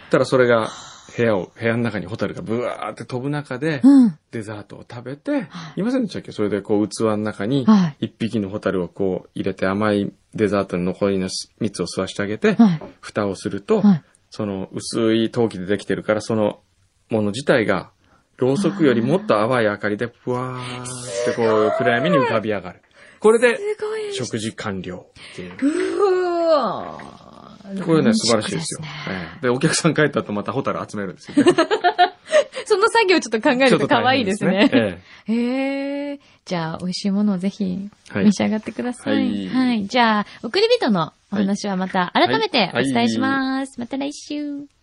[SPEAKER 1] たらそれが、部屋を、部屋の中にホタルがブワーって飛ぶ中で、
[SPEAKER 3] うん。
[SPEAKER 1] デザートを食べて、いませんでしたっけそれでこう器の中に
[SPEAKER 3] はい、
[SPEAKER 1] 一匹のホタルをこう入れて甘いデザートの残りの蜜を吸わしてあげて、
[SPEAKER 3] はい。
[SPEAKER 1] 蓋をすると、
[SPEAKER 3] はい
[SPEAKER 1] その薄い陶器でできてるから、そのもの自体が、ろうそくよりもっと淡い明かりで、ふわーってこう暗闇に浮かび上がる。これで、食事完了っていう。
[SPEAKER 3] うわー
[SPEAKER 1] これね、素晴らしいですよ。
[SPEAKER 3] ロマンチック
[SPEAKER 1] ええで、お客さん帰った後またホタル集めるんですよね。
[SPEAKER 3] ですねその作業ちょっと考え
[SPEAKER 1] ちょ
[SPEAKER 3] る
[SPEAKER 1] っ
[SPEAKER 3] と
[SPEAKER 1] と
[SPEAKER 3] 可
[SPEAKER 1] 大
[SPEAKER 3] 愛い
[SPEAKER 1] 変
[SPEAKER 3] ですね。
[SPEAKER 1] え
[SPEAKER 3] へえ。じゃあ、美味しいものをぜひ、
[SPEAKER 1] はい
[SPEAKER 3] 召し上がってください。は。
[SPEAKER 1] はいい
[SPEAKER 3] じゃあ、送り人のお話はまた改めて
[SPEAKER 1] は
[SPEAKER 3] お
[SPEAKER 1] い
[SPEAKER 3] 伝えします。また来週。